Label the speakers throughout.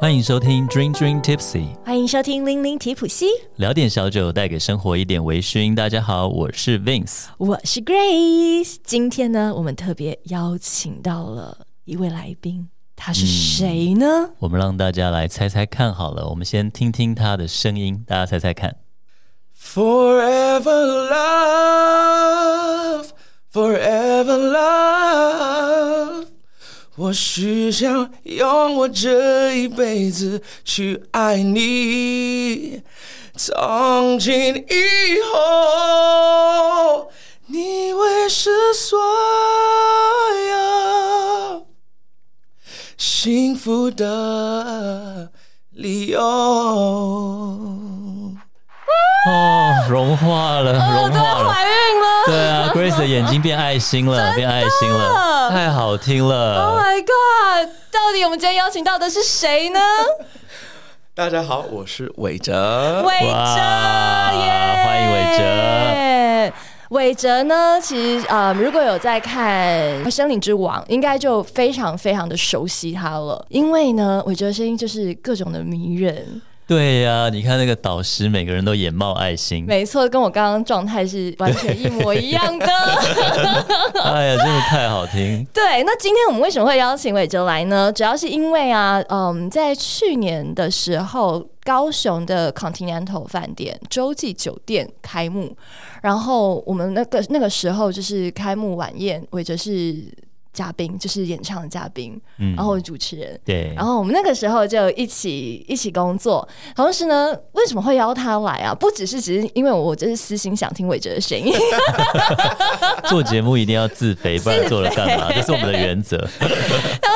Speaker 1: 欢迎收听 Dream Dream Tipsy，
Speaker 2: 欢迎收听《零零提普西》，
Speaker 1: 聊点小酒，带给生活一点微醺。大家好，我是 Vince。
Speaker 2: 我是 Grace。今天呢，我们特别邀请到了一位来宾，他是谁呢？
Speaker 1: 我们让大家来猜猜看好了，我们先听听他的声音，大家猜猜看。
Speaker 3: Forever love, forever love，我是想用我这一辈子去爱你。从今以后，你会是所有幸福的理由。
Speaker 1: 哦，融化了，
Speaker 2: 哦
Speaker 1: 融化了。
Speaker 2: 孕了
Speaker 1: 对啊，Grace 的眼睛变爱心了，变爱心了，太好听
Speaker 2: ！Oh
Speaker 1: 了。
Speaker 2: my god！到底我们今天邀请到的是谁 呢？
Speaker 3: 大家好，我是伟哲。
Speaker 2: 伟
Speaker 1: 哇
Speaker 2: 哲耶，
Speaker 1: 欢迎伟
Speaker 2: 哲。伟哲呢，其实呃，如果有在看《森林之王》，应该就非常非常的熟悉他了，因为呢，伟哲的声音就是各种的迷人。
Speaker 1: 对呀、你看那个导师，每个人都眼冒爱心。
Speaker 2: 没错，跟我刚刚状态是完全一模一样的。
Speaker 1: 哎呀，真的太好听。
Speaker 2: 对，那今天我们为什么会邀请伟哲来呢？主要是因为啊，嗯，在去年的时候，高雄的 Continental 饭店洲际酒店开幕，然后我们那个那个时候就是开幕晚宴，伟哲是嘉宾，就是演唱的嘉宾，
Speaker 1: 嗯
Speaker 2: 然后我是主持人。
Speaker 1: 对
Speaker 2: 然，后我们那个时候就一起一起工作，同时呢，为什么会邀他来啊？不只是只是因为我就是私心想听伟哲的声音，
Speaker 1: 做节目一定要自肥，不然做了干嘛？这是我们的原 则。
Speaker 2: 然后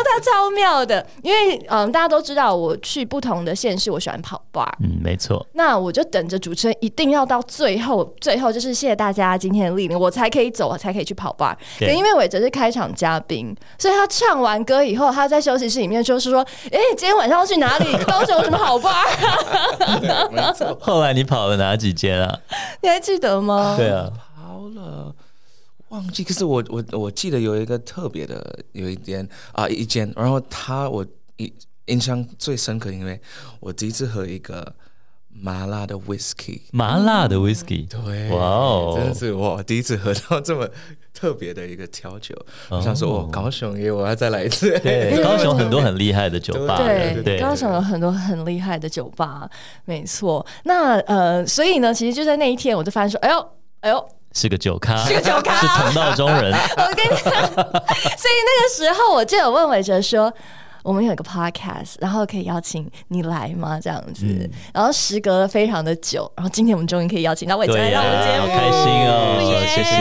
Speaker 2: 他超妙的，因为嗯，大家都知道我去不同的县市，我喜欢跑 bar。
Speaker 1: 嗯，没错。
Speaker 2: 那我就等着主持人一定要到最后，最后就是谢谢大家今天的莅临，我才可以走，我才可以去跑 bar。可
Speaker 1: 对
Speaker 2: 因为伟哲是开场嘉宾，所以他唱完歌以后，他在休息室里面就是说：“哎、今天晚上要去哪里？高雄有什么好 bar？
Speaker 1: 后来你跑了哪几间啊？
Speaker 2: 你还记得
Speaker 3: 哦
Speaker 2: 吗？”
Speaker 1: 对啊，
Speaker 3: 好了，忘记。可是我我我记得有一个特别的，有一间啊、一间，然后他我印印象最深刻，因为我第一次喝一个麻辣的 whisky。
Speaker 1: 麻辣的 whisky，
Speaker 3: 嗯对，
Speaker 1: 哇哦
Speaker 3: 真的是我第一次喝到这么特别的一个调酒。我想说，我哦高雄也我要再来一次。
Speaker 1: 哦对，高雄很多很厉害的酒吧，
Speaker 3: 对
Speaker 1: 对
Speaker 2: 高雄有很多很厉害的酒吧，没错。那呃，所以呢，其实就在那一天，我就发现说，哎呦，哎呦，
Speaker 1: 是个酒咖，
Speaker 2: 这个酒咖
Speaker 1: 是同道中 人，
Speaker 2: 我跟你讲，所以那个时候我就有问伟哲说。我们有一个 podcast，然后可以邀请你来吗？这样子，
Speaker 1: 嗯
Speaker 2: 然后时隔非常的久，然后今天我们终于可以邀请到伟哲
Speaker 1: 对
Speaker 2: 来
Speaker 1: 呀，
Speaker 2: 到我们节
Speaker 1: 好
Speaker 2: 目，
Speaker 1: 开心哦，
Speaker 2: 耶
Speaker 1: 谢谢。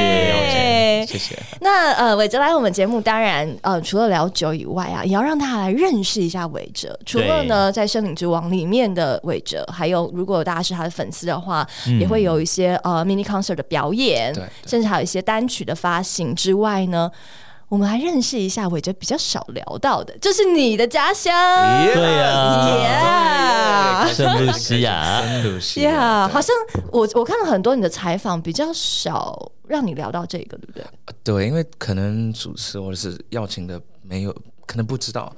Speaker 3: 谢谢。
Speaker 2: 那呃，伟哲来我们节目，当然呃，除了聊酒以外啊，也要让大家来认识一下伟哲。除了呢，在《森林之王》里面的伟哲，还有如果大家是他的粉丝的话，也会有一些呃 mini concert 的表演
Speaker 3: 对，对
Speaker 2: 甚至还有一些单曲的发行之外呢。我们还认识一下伟哲比较少聊到的，就是你的家乡，
Speaker 3: Yeah
Speaker 1: 对呀，
Speaker 2: Yeah
Speaker 1: 圣露西啊亚，
Speaker 3: 安鲁西亚
Speaker 2: 呀，好像我我看了很多你的采访，比较少让你聊到这个，对不对？
Speaker 3: 对，因为可能主持或者是邀请的没有，可能不知道，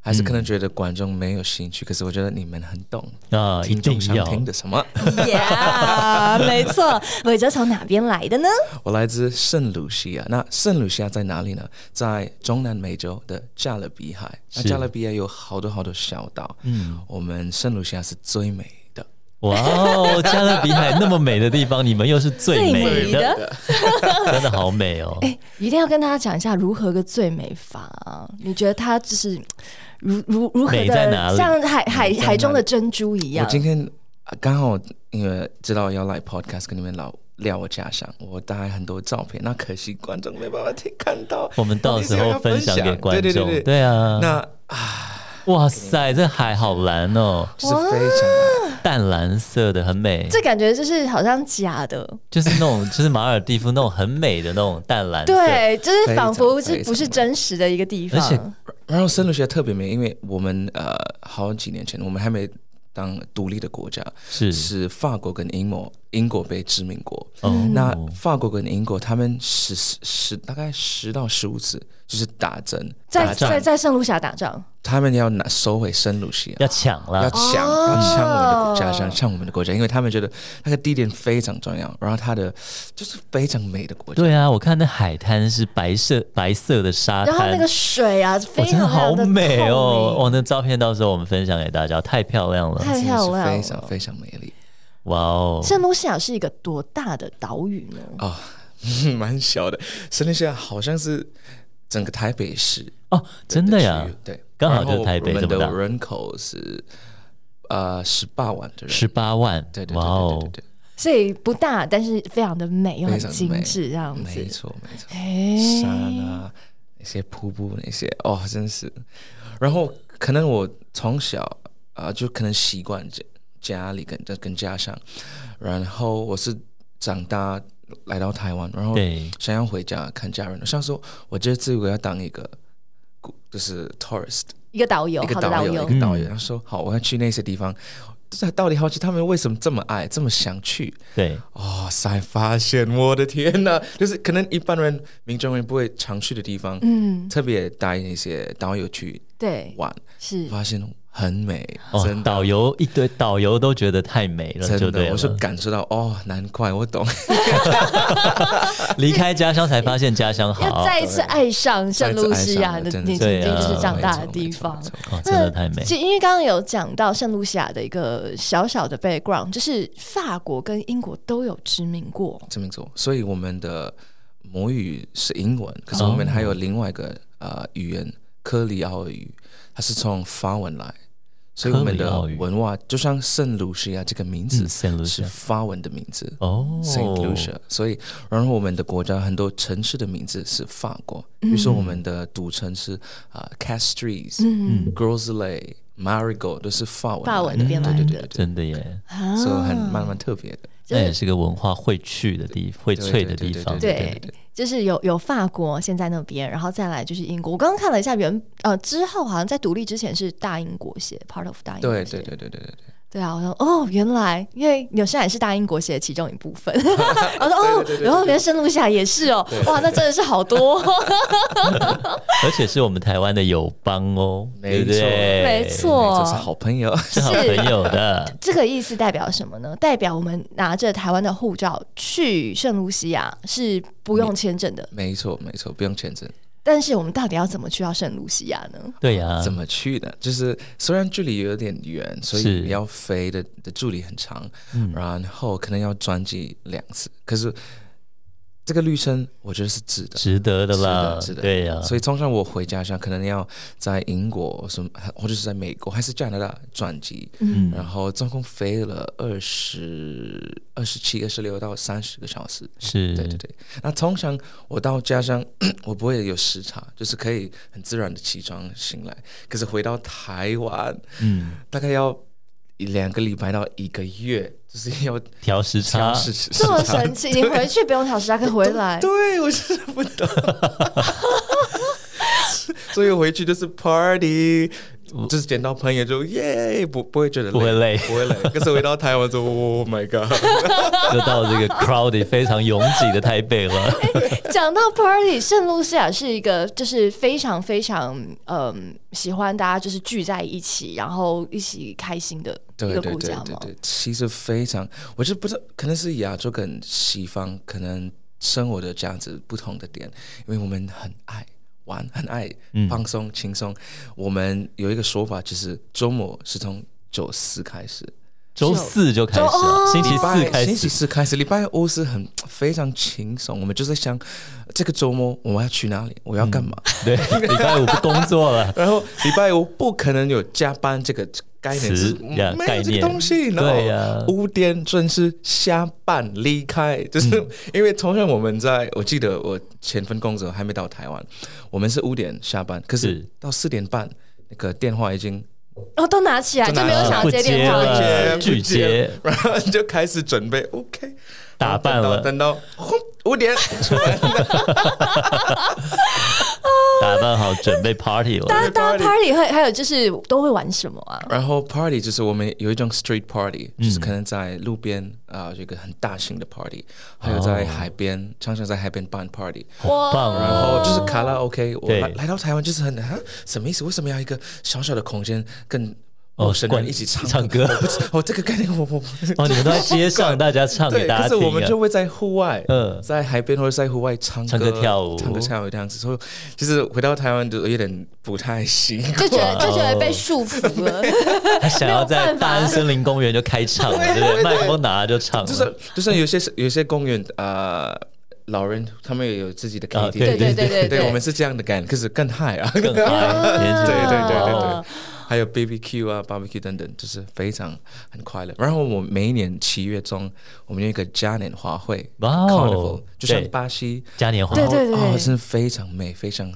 Speaker 3: 还是
Speaker 1: 嗯
Speaker 3: 可能觉得观众没有兴趣。可是我觉得你们很懂
Speaker 1: 啊
Speaker 3: 听众
Speaker 1: 一定要
Speaker 3: 想听的什么。
Speaker 2: 呀，没错。伟哲从哪边来的呢？
Speaker 3: 我来自圣卢西亚，那圣卢西亚在哪里呢？在中南美洲的加勒比海。那
Speaker 1: 是
Speaker 3: 加勒比海有好多好多小岛，嗯，我们圣卢西亚是最美的。
Speaker 1: 哇哦，加勒比海那么美的地方，你们又是最美
Speaker 2: 最美
Speaker 1: 的，
Speaker 2: 的，
Speaker 1: 真的好美 哦。
Speaker 2: 哎、一定要跟大家讲一下如何个最美法、啊。你觉得它就是如如如何
Speaker 1: 美在哪
Speaker 2: 的，
Speaker 1: 里
Speaker 2: 像海海
Speaker 3: 美在哪里
Speaker 2: 海中的珍珠一
Speaker 3: 我
Speaker 2: 样？
Speaker 3: 今天啊刚好因为知道要来 podcast 跟你们聊聊我家乡，我带很多照片，那可惜观众没办法听看到。
Speaker 1: 我们到时候分享给观
Speaker 3: 对对
Speaker 1: 众
Speaker 3: 对，
Speaker 1: 对啊，
Speaker 3: 那
Speaker 1: 哇塞，这海好蓝哦，
Speaker 3: 就是非常
Speaker 1: 淡蓝色的，很美。
Speaker 2: 这感觉就是好像假的，
Speaker 1: 就是那种，就是马尔蒂夫那种很美的那种淡蓝色，
Speaker 2: 对，就是
Speaker 3: 非
Speaker 2: 仿
Speaker 3: 常
Speaker 2: 佛是
Speaker 3: 非常
Speaker 2: 不是真实的一个地方
Speaker 1: 而？且
Speaker 3: 然后圣卢西亚特别美，因为我们呃好几年前我们还没当独立的国家，
Speaker 1: 是
Speaker 3: 是法国跟英国英国被殖民过，
Speaker 1: 哦
Speaker 3: 那法国跟英国他们十十大概十到十五次就是打针，
Speaker 2: 在
Speaker 1: 打仗
Speaker 2: 在在圣卢峡打仗，
Speaker 3: 他们要拿收回圣卢西亚。
Speaker 1: 要抢
Speaker 3: 要
Speaker 1: 啦，
Speaker 3: 抢，
Speaker 2: 哦
Speaker 3: 要抢我们的国家，想抢我们的国家，因为他们觉得那个地点非常重要，然后它的就是非常美的国家，
Speaker 1: 对啊，我看那海滩是白色白色的沙
Speaker 2: 然后那
Speaker 1: 滩
Speaker 2: 个。水啊，
Speaker 1: 哇，
Speaker 2: 非
Speaker 1: 真的
Speaker 2: 常非
Speaker 1: 好
Speaker 2: 常的
Speaker 1: 美哦！
Speaker 2: 透
Speaker 1: 哇，那照片到时候我们分享给大家，太漂亮了
Speaker 2: 明，！太
Speaker 3: 真的
Speaker 2: 漂
Speaker 3: 是
Speaker 1: 啊
Speaker 2: 亮
Speaker 3: 非常
Speaker 2: 了。
Speaker 3: 非常美丽
Speaker 1: 哇哦，
Speaker 2: 圣卢西亚是一个多大的岛屿呢？
Speaker 3: 啊， 蛮小的，圣西亚好像是整个台北市，
Speaker 1: 哦，真的呀
Speaker 3: 区，域对，
Speaker 1: 刚好
Speaker 3: 然后
Speaker 1: 就台北
Speaker 3: 我们
Speaker 1: 这么大
Speaker 3: 的人口是呃十八万的人，
Speaker 1: 十八万，
Speaker 3: 对对对
Speaker 1: 哇
Speaker 3: 对
Speaker 1: 哦
Speaker 3: 对，对
Speaker 2: 所以不大，但是非常的美，又很
Speaker 3: 非常
Speaker 2: 精
Speaker 3: 美
Speaker 2: 致这样
Speaker 3: 对，
Speaker 2: 子
Speaker 3: 没。错没错，
Speaker 2: 哎
Speaker 3: 山啊，那些瀑布那些，哦，真是。然后可能我从小啊、呃就可能习惯家家里跟跟家乡，然后我是长大来到台湾，然后
Speaker 1: 对
Speaker 3: 想要回家看家人。像说，我这次我要当一个古就是 tourist，
Speaker 2: 一个导游，
Speaker 3: 一个
Speaker 2: 哦好的
Speaker 3: 导游，
Speaker 2: 游
Speaker 3: 一，个导
Speaker 1: 嗯
Speaker 3: 游，然后说好，我要去那些地方。这到底好奇他们为什么这么爱，这么想去？
Speaker 1: 对，
Speaker 3: 哦，才发现，我的天哪！ 就是可能一般人、民众人不会常去的地方，
Speaker 2: 嗯，
Speaker 3: 特别带那些导游去
Speaker 2: 对，
Speaker 3: 玩，
Speaker 2: 是
Speaker 3: 发现很美，
Speaker 1: 哦
Speaker 3: 真，的。
Speaker 1: 导游一堆导游都觉得太美了，就
Speaker 3: 真
Speaker 1: 对
Speaker 3: 的，
Speaker 1: 了
Speaker 3: 我。是感受到哦，难怪我懂，
Speaker 1: 离开家乡才发现家乡
Speaker 2: 要
Speaker 1: 好，
Speaker 2: 再一次爱上圣路西亚的
Speaker 3: 真
Speaker 2: 你
Speaker 3: 的
Speaker 2: 已
Speaker 1: 对
Speaker 2: 经
Speaker 1: 啊
Speaker 2: 就是
Speaker 1: 没
Speaker 2: 长大的
Speaker 3: 没错
Speaker 2: 地
Speaker 3: 没错
Speaker 2: 方
Speaker 3: 没。错
Speaker 1: 哦，真的太美
Speaker 2: 那。其实因为刚刚有讲到圣路西亚的一个小小的 background，就是法国跟英国都有殖民过。
Speaker 3: 这么做，所以我们的母语是英文，可是我们还有另外一个、呃语言科里奥尔语，它是从法文来，所以我们
Speaker 1: 科里
Speaker 3: 的
Speaker 1: 奥语
Speaker 3: 文化就像圣卢西亚这个名字、
Speaker 1: 嗯，Saint
Speaker 3: 是
Speaker 1: Lucia，
Speaker 3: 法文的名字，
Speaker 1: 哦
Speaker 3: Saint Lucia，所以然后我们的国家很多城市的名字是法国，比如说我们的赌城是啊、Castries、
Speaker 2: 嗯
Speaker 3: g r o s l e y Marigold 都是法文
Speaker 2: 法文那边来的
Speaker 3: 对对对对对，
Speaker 1: 真的耶，
Speaker 2: 啊
Speaker 3: 所以很慢慢特别的，
Speaker 1: 那也是个文化荟萃的地，荟萃的地方。
Speaker 3: 对
Speaker 2: 对，就是有有法国现在那边，然后再来就是英国。我刚刚看了一下原呃之后，好像在独立之前是大英国协 part of 大英国
Speaker 3: 对
Speaker 2: 协。
Speaker 3: 对对对对对对，
Speaker 2: 对啊，我说哦，原来因为纽西兰也是大英国协的其中一部分。 我说哦，然后原来圣路西亚也是哦，哇，那真的是好多。
Speaker 1: 而且是我们台湾的友邦哦，对
Speaker 3: 没
Speaker 1: 不
Speaker 3: 错
Speaker 1: 对？
Speaker 2: 没错
Speaker 3: 哎这是好朋友，
Speaker 1: 是好朋友的，
Speaker 2: 这个意思代表什么呢？代表我们拿着台湾的护照去圣卢西亚是不用签证的。
Speaker 3: 没错没错，不用签证。
Speaker 2: 但是我们到底要怎么去到圣卢西亚 呢？
Speaker 1: 对呀、
Speaker 3: 怎么去的？就是虽然距离有点远，所
Speaker 1: 是
Speaker 3: 以你要飞的的距离很长，
Speaker 2: 嗯
Speaker 3: 然后可能要转机两次。可是这个旅程我觉得是值得，
Speaker 1: 值得的
Speaker 3: 值
Speaker 1: 啦
Speaker 3: 得，，值得。
Speaker 1: 对呀、
Speaker 3: 所以通常我回家乡可能要在英国什么，或者是在美国还是加拿大转机，
Speaker 1: 嗯
Speaker 3: 然后总共飞了二十二十七、二十六到三十个小时。
Speaker 1: 是
Speaker 3: 对对对，那通常我到家乡， 我不会有时差，就是可以很自然的起床醒来。可是回到台湾，
Speaker 1: 嗯，
Speaker 3: 大概要一两个礼拜到一个月，就是要
Speaker 1: 调时
Speaker 3: 调
Speaker 1: 差，
Speaker 3: 试时
Speaker 2: 这么
Speaker 3: 差。
Speaker 2: 神奇，你回去不用调时差，可以回来。
Speaker 3: 对，我真的不懂。 所以我回去就是 party，就是见到朋友就耶，不不会觉得累
Speaker 1: 不会累
Speaker 3: 不会累。可是回到台湾就 Oh my God，
Speaker 1: 就到这个 crowded 非常拥挤的台北了。
Speaker 2: 讲到 party，圣露西亚是一个就是非常非常嗯喜欢大家就是聚在一起，然后一起开心的一
Speaker 3: 对
Speaker 2: 个
Speaker 3: 对
Speaker 2: 国
Speaker 3: 对
Speaker 2: 家
Speaker 3: 对
Speaker 2: 嘛。
Speaker 3: 对，其实非常，我就不知道，可能是亚洲跟西方可能生活的价值不同的点，因为我们很爱玩，很爱放松、轻松。我们有一个说法，就是周末是从九四开始，
Speaker 1: 周四就开始
Speaker 2: 周
Speaker 1: 了，
Speaker 2: 哦
Speaker 1: 星期
Speaker 3: 礼
Speaker 1: 四
Speaker 3: 拜
Speaker 1: 开
Speaker 3: 星
Speaker 1: 始，
Speaker 3: 期四开始，礼拜五是很非常轻松。我们就在想，这个周末我们要去哪里，我要干嘛？
Speaker 1: 对，礼拜五不工作 了。
Speaker 3: 然后礼拜五不可能有加班这个概
Speaker 1: 词
Speaker 3: 念是嗯
Speaker 1: 呀
Speaker 3: 没
Speaker 1: 概
Speaker 3: 有这个
Speaker 1: 念
Speaker 3: 东西，然
Speaker 1: 对呀
Speaker 3: 后五点准时下班离开，就是
Speaker 1: 嗯
Speaker 3: 因为同样我们在我记得我前份工作还没到台湾，我们是五点下班，可是
Speaker 1: 是
Speaker 3: 到四点半那个电话已经哎
Speaker 2: 哦，都拿起来，就
Speaker 3: 都拿
Speaker 2: 没有想要
Speaker 1: 不
Speaker 2: 接
Speaker 1: 接
Speaker 2: 电话
Speaker 1: 了
Speaker 2: 了。
Speaker 1: 呃拒接，
Speaker 3: 然后就开始准备 OK
Speaker 1: 打扮了
Speaker 3: 等到等到轰五点出门，
Speaker 1: 打扮好准备 party
Speaker 2: 大
Speaker 1: 了。
Speaker 2: 家大家 party 会还有就是都会玩什么啊？
Speaker 3: 然后 party 就是我们有一种 street party，、就是
Speaker 1: 嗯
Speaker 3: 可能在路边啊、有一个很大型的 party，还有在海边，常常在海边办 party，
Speaker 2: 哇
Speaker 1: 棒
Speaker 3: 然
Speaker 1: 哦！
Speaker 3: 后就是卡拉 OK 我
Speaker 1: 对
Speaker 3: 来来到台湾就是很啊，什么意思？为什么要一个小小的空间跟陌生
Speaker 1: 关
Speaker 3: 人一起唱
Speaker 1: 唱歌
Speaker 3: 我不知我这个概念我我
Speaker 1: 哦，你们都在街上，大家唱给
Speaker 3: 对，
Speaker 1: 大
Speaker 3: 可
Speaker 1: 家
Speaker 3: 是
Speaker 1: 听
Speaker 3: 我们就
Speaker 1: 啊。
Speaker 3: 会在户外，
Speaker 1: 嗯
Speaker 3: 在海边或者在户外唱歌、
Speaker 1: 唱歌跳舞
Speaker 3: 唱歌跳舞这样子。所以就是回到台湾就有点不太行。
Speaker 2: 就觉
Speaker 1: 啊
Speaker 2: 得就觉得被束缚 了，
Speaker 1: 他想要在大安森林公园就开唱了，对不对？麦克风拿了就唱了，
Speaker 3: 就是就是有些有些公园啊、呃老人他们也有自己的 KTV，、
Speaker 1: 啊
Speaker 2: 对对对对哦
Speaker 3: 对我们是这样的感觉，可是更嗨啊，
Speaker 1: 更哦嗨，年轻
Speaker 3: 对
Speaker 1: 人
Speaker 3: 对对对对
Speaker 2: 啊，
Speaker 3: 还有 BBQ 啊、barbecue 等等，就是非常很快乐。然后我每一年七月中，我们有一个嘉年华会
Speaker 1: 哇哦
Speaker 3: Carnival，就像
Speaker 1: 对
Speaker 3: 巴西，
Speaker 1: 嘉年华
Speaker 2: 对对
Speaker 3: 哦，真的非常美，非常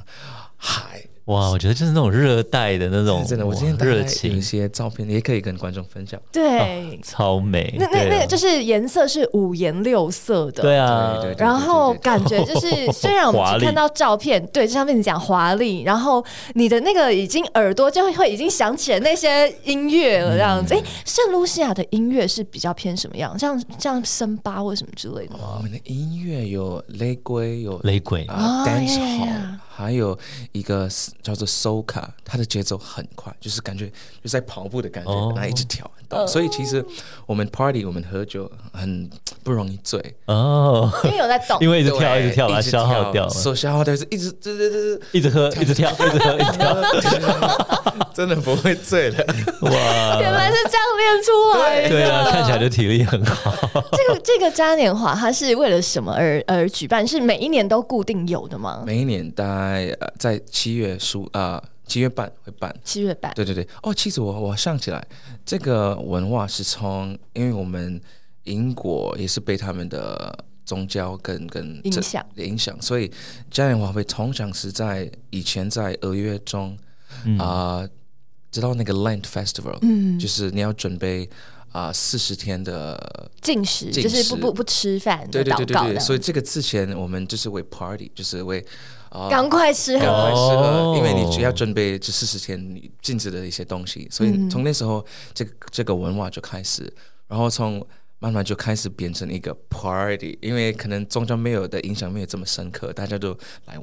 Speaker 3: 嗨。
Speaker 1: 哇，我觉得就是那种热带的那种，
Speaker 3: 真
Speaker 2: 哦
Speaker 3: 的，我今天
Speaker 1: 哇
Speaker 3: 打开
Speaker 1: 热
Speaker 3: 有一
Speaker 1: 情
Speaker 3: 些照片，也可以跟观众分享。
Speaker 2: 对。
Speaker 1: 超美。
Speaker 2: 那那
Speaker 1: 对啊
Speaker 2: 那个就是颜色是五颜六色的，
Speaker 1: 对啊，
Speaker 3: 对对对
Speaker 2: 然后感觉 就是，虽然我们
Speaker 1: 华
Speaker 2: 只
Speaker 1: 丽
Speaker 2: 看到照片，对，就像被你讲华丽，然后你的那个已经耳朵就会会已经想起来那些音乐了，这样
Speaker 1: 嗯
Speaker 2: 子。哎、圣露西亚的音乐是比较偏什么样？像像森巴或什么之类 的吗？
Speaker 3: 我们的音乐有雷鬼，有
Speaker 1: 雷鬼
Speaker 3: 啊
Speaker 2: 哦 yeah,
Speaker 3: dance hall，、
Speaker 2: yeah
Speaker 3: 还有一个是叫做 soca，它的节奏很快，就是感觉就是在跑步的感觉，
Speaker 1: 哦
Speaker 3: 然后一直跳。所以其实我们 party，我们喝酒很不容易醉，
Speaker 1: 哦，
Speaker 2: 因为有在动，
Speaker 1: 因为一直跳
Speaker 3: 对
Speaker 1: 一直跳把它消耗掉，
Speaker 3: 所消耗掉是一直这这这这。
Speaker 1: 一直喝一直 跳
Speaker 3: 啊
Speaker 1: 一直喝一直跳，
Speaker 3: 真的不会 醉的，
Speaker 1: 哇！
Speaker 2: 原来是这样练出来的。
Speaker 1: 对啊，看起来就体力很好。
Speaker 2: 这个这个嘉年华，它是为了什么而而举办？是每一年都固定有的吗？
Speaker 3: 每一年大概呃在七月十五啊七月半会办，
Speaker 2: 七月半，
Speaker 3: 对对对，哦，其实我我想起来，这个文化是从，因为我们英国也是被他们的宗教跟跟
Speaker 2: 影
Speaker 3: 这
Speaker 2: 响
Speaker 3: 影响，所以嘉年华会通常是在以前在二月中啊、直到那个 Lent Festival，嗯，就是你要准备啊四十天的
Speaker 2: 进食
Speaker 3: 禁
Speaker 2: 就是
Speaker 3: 食
Speaker 2: 不不不吃饭
Speaker 3: 对
Speaker 2: 的
Speaker 3: 对
Speaker 2: 祷
Speaker 3: 对对
Speaker 2: 告
Speaker 3: 对，
Speaker 2: 的，
Speaker 3: 所以这个之前我们就是为 party，就是为啊。
Speaker 2: 赶快吃
Speaker 3: 赶
Speaker 2: 喝。
Speaker 3: 快适合
Speaker 1: 哦，
Speaker 3: 因为你只要准备这四十天你禁止的一些东西，所
Speaker 2: 嗯
Speaker 3: 以从那时候这个这个文化就开始，然后从慢慢就开始变成一个 party，因为可能宗教没有的影响没有这么深刻，大家都来
Speaker 2: 哦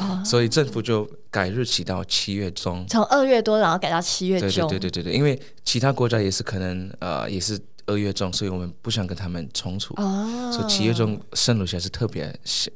Speaker 3: 玩，所以政府就改日期到七月中。
Speaker 2: 从二月多，然后改到七月
Speaker 3: 对对
Speaker 2: 中，
Speaker 3: 对对对对，因为其他国家也是可能呃也是二月中，所以我们不想跟他们冲突。
Speaker 2: 哦
Speaker 1: 嗯
Speaker 3: 所以企业中圣卢西亚是特别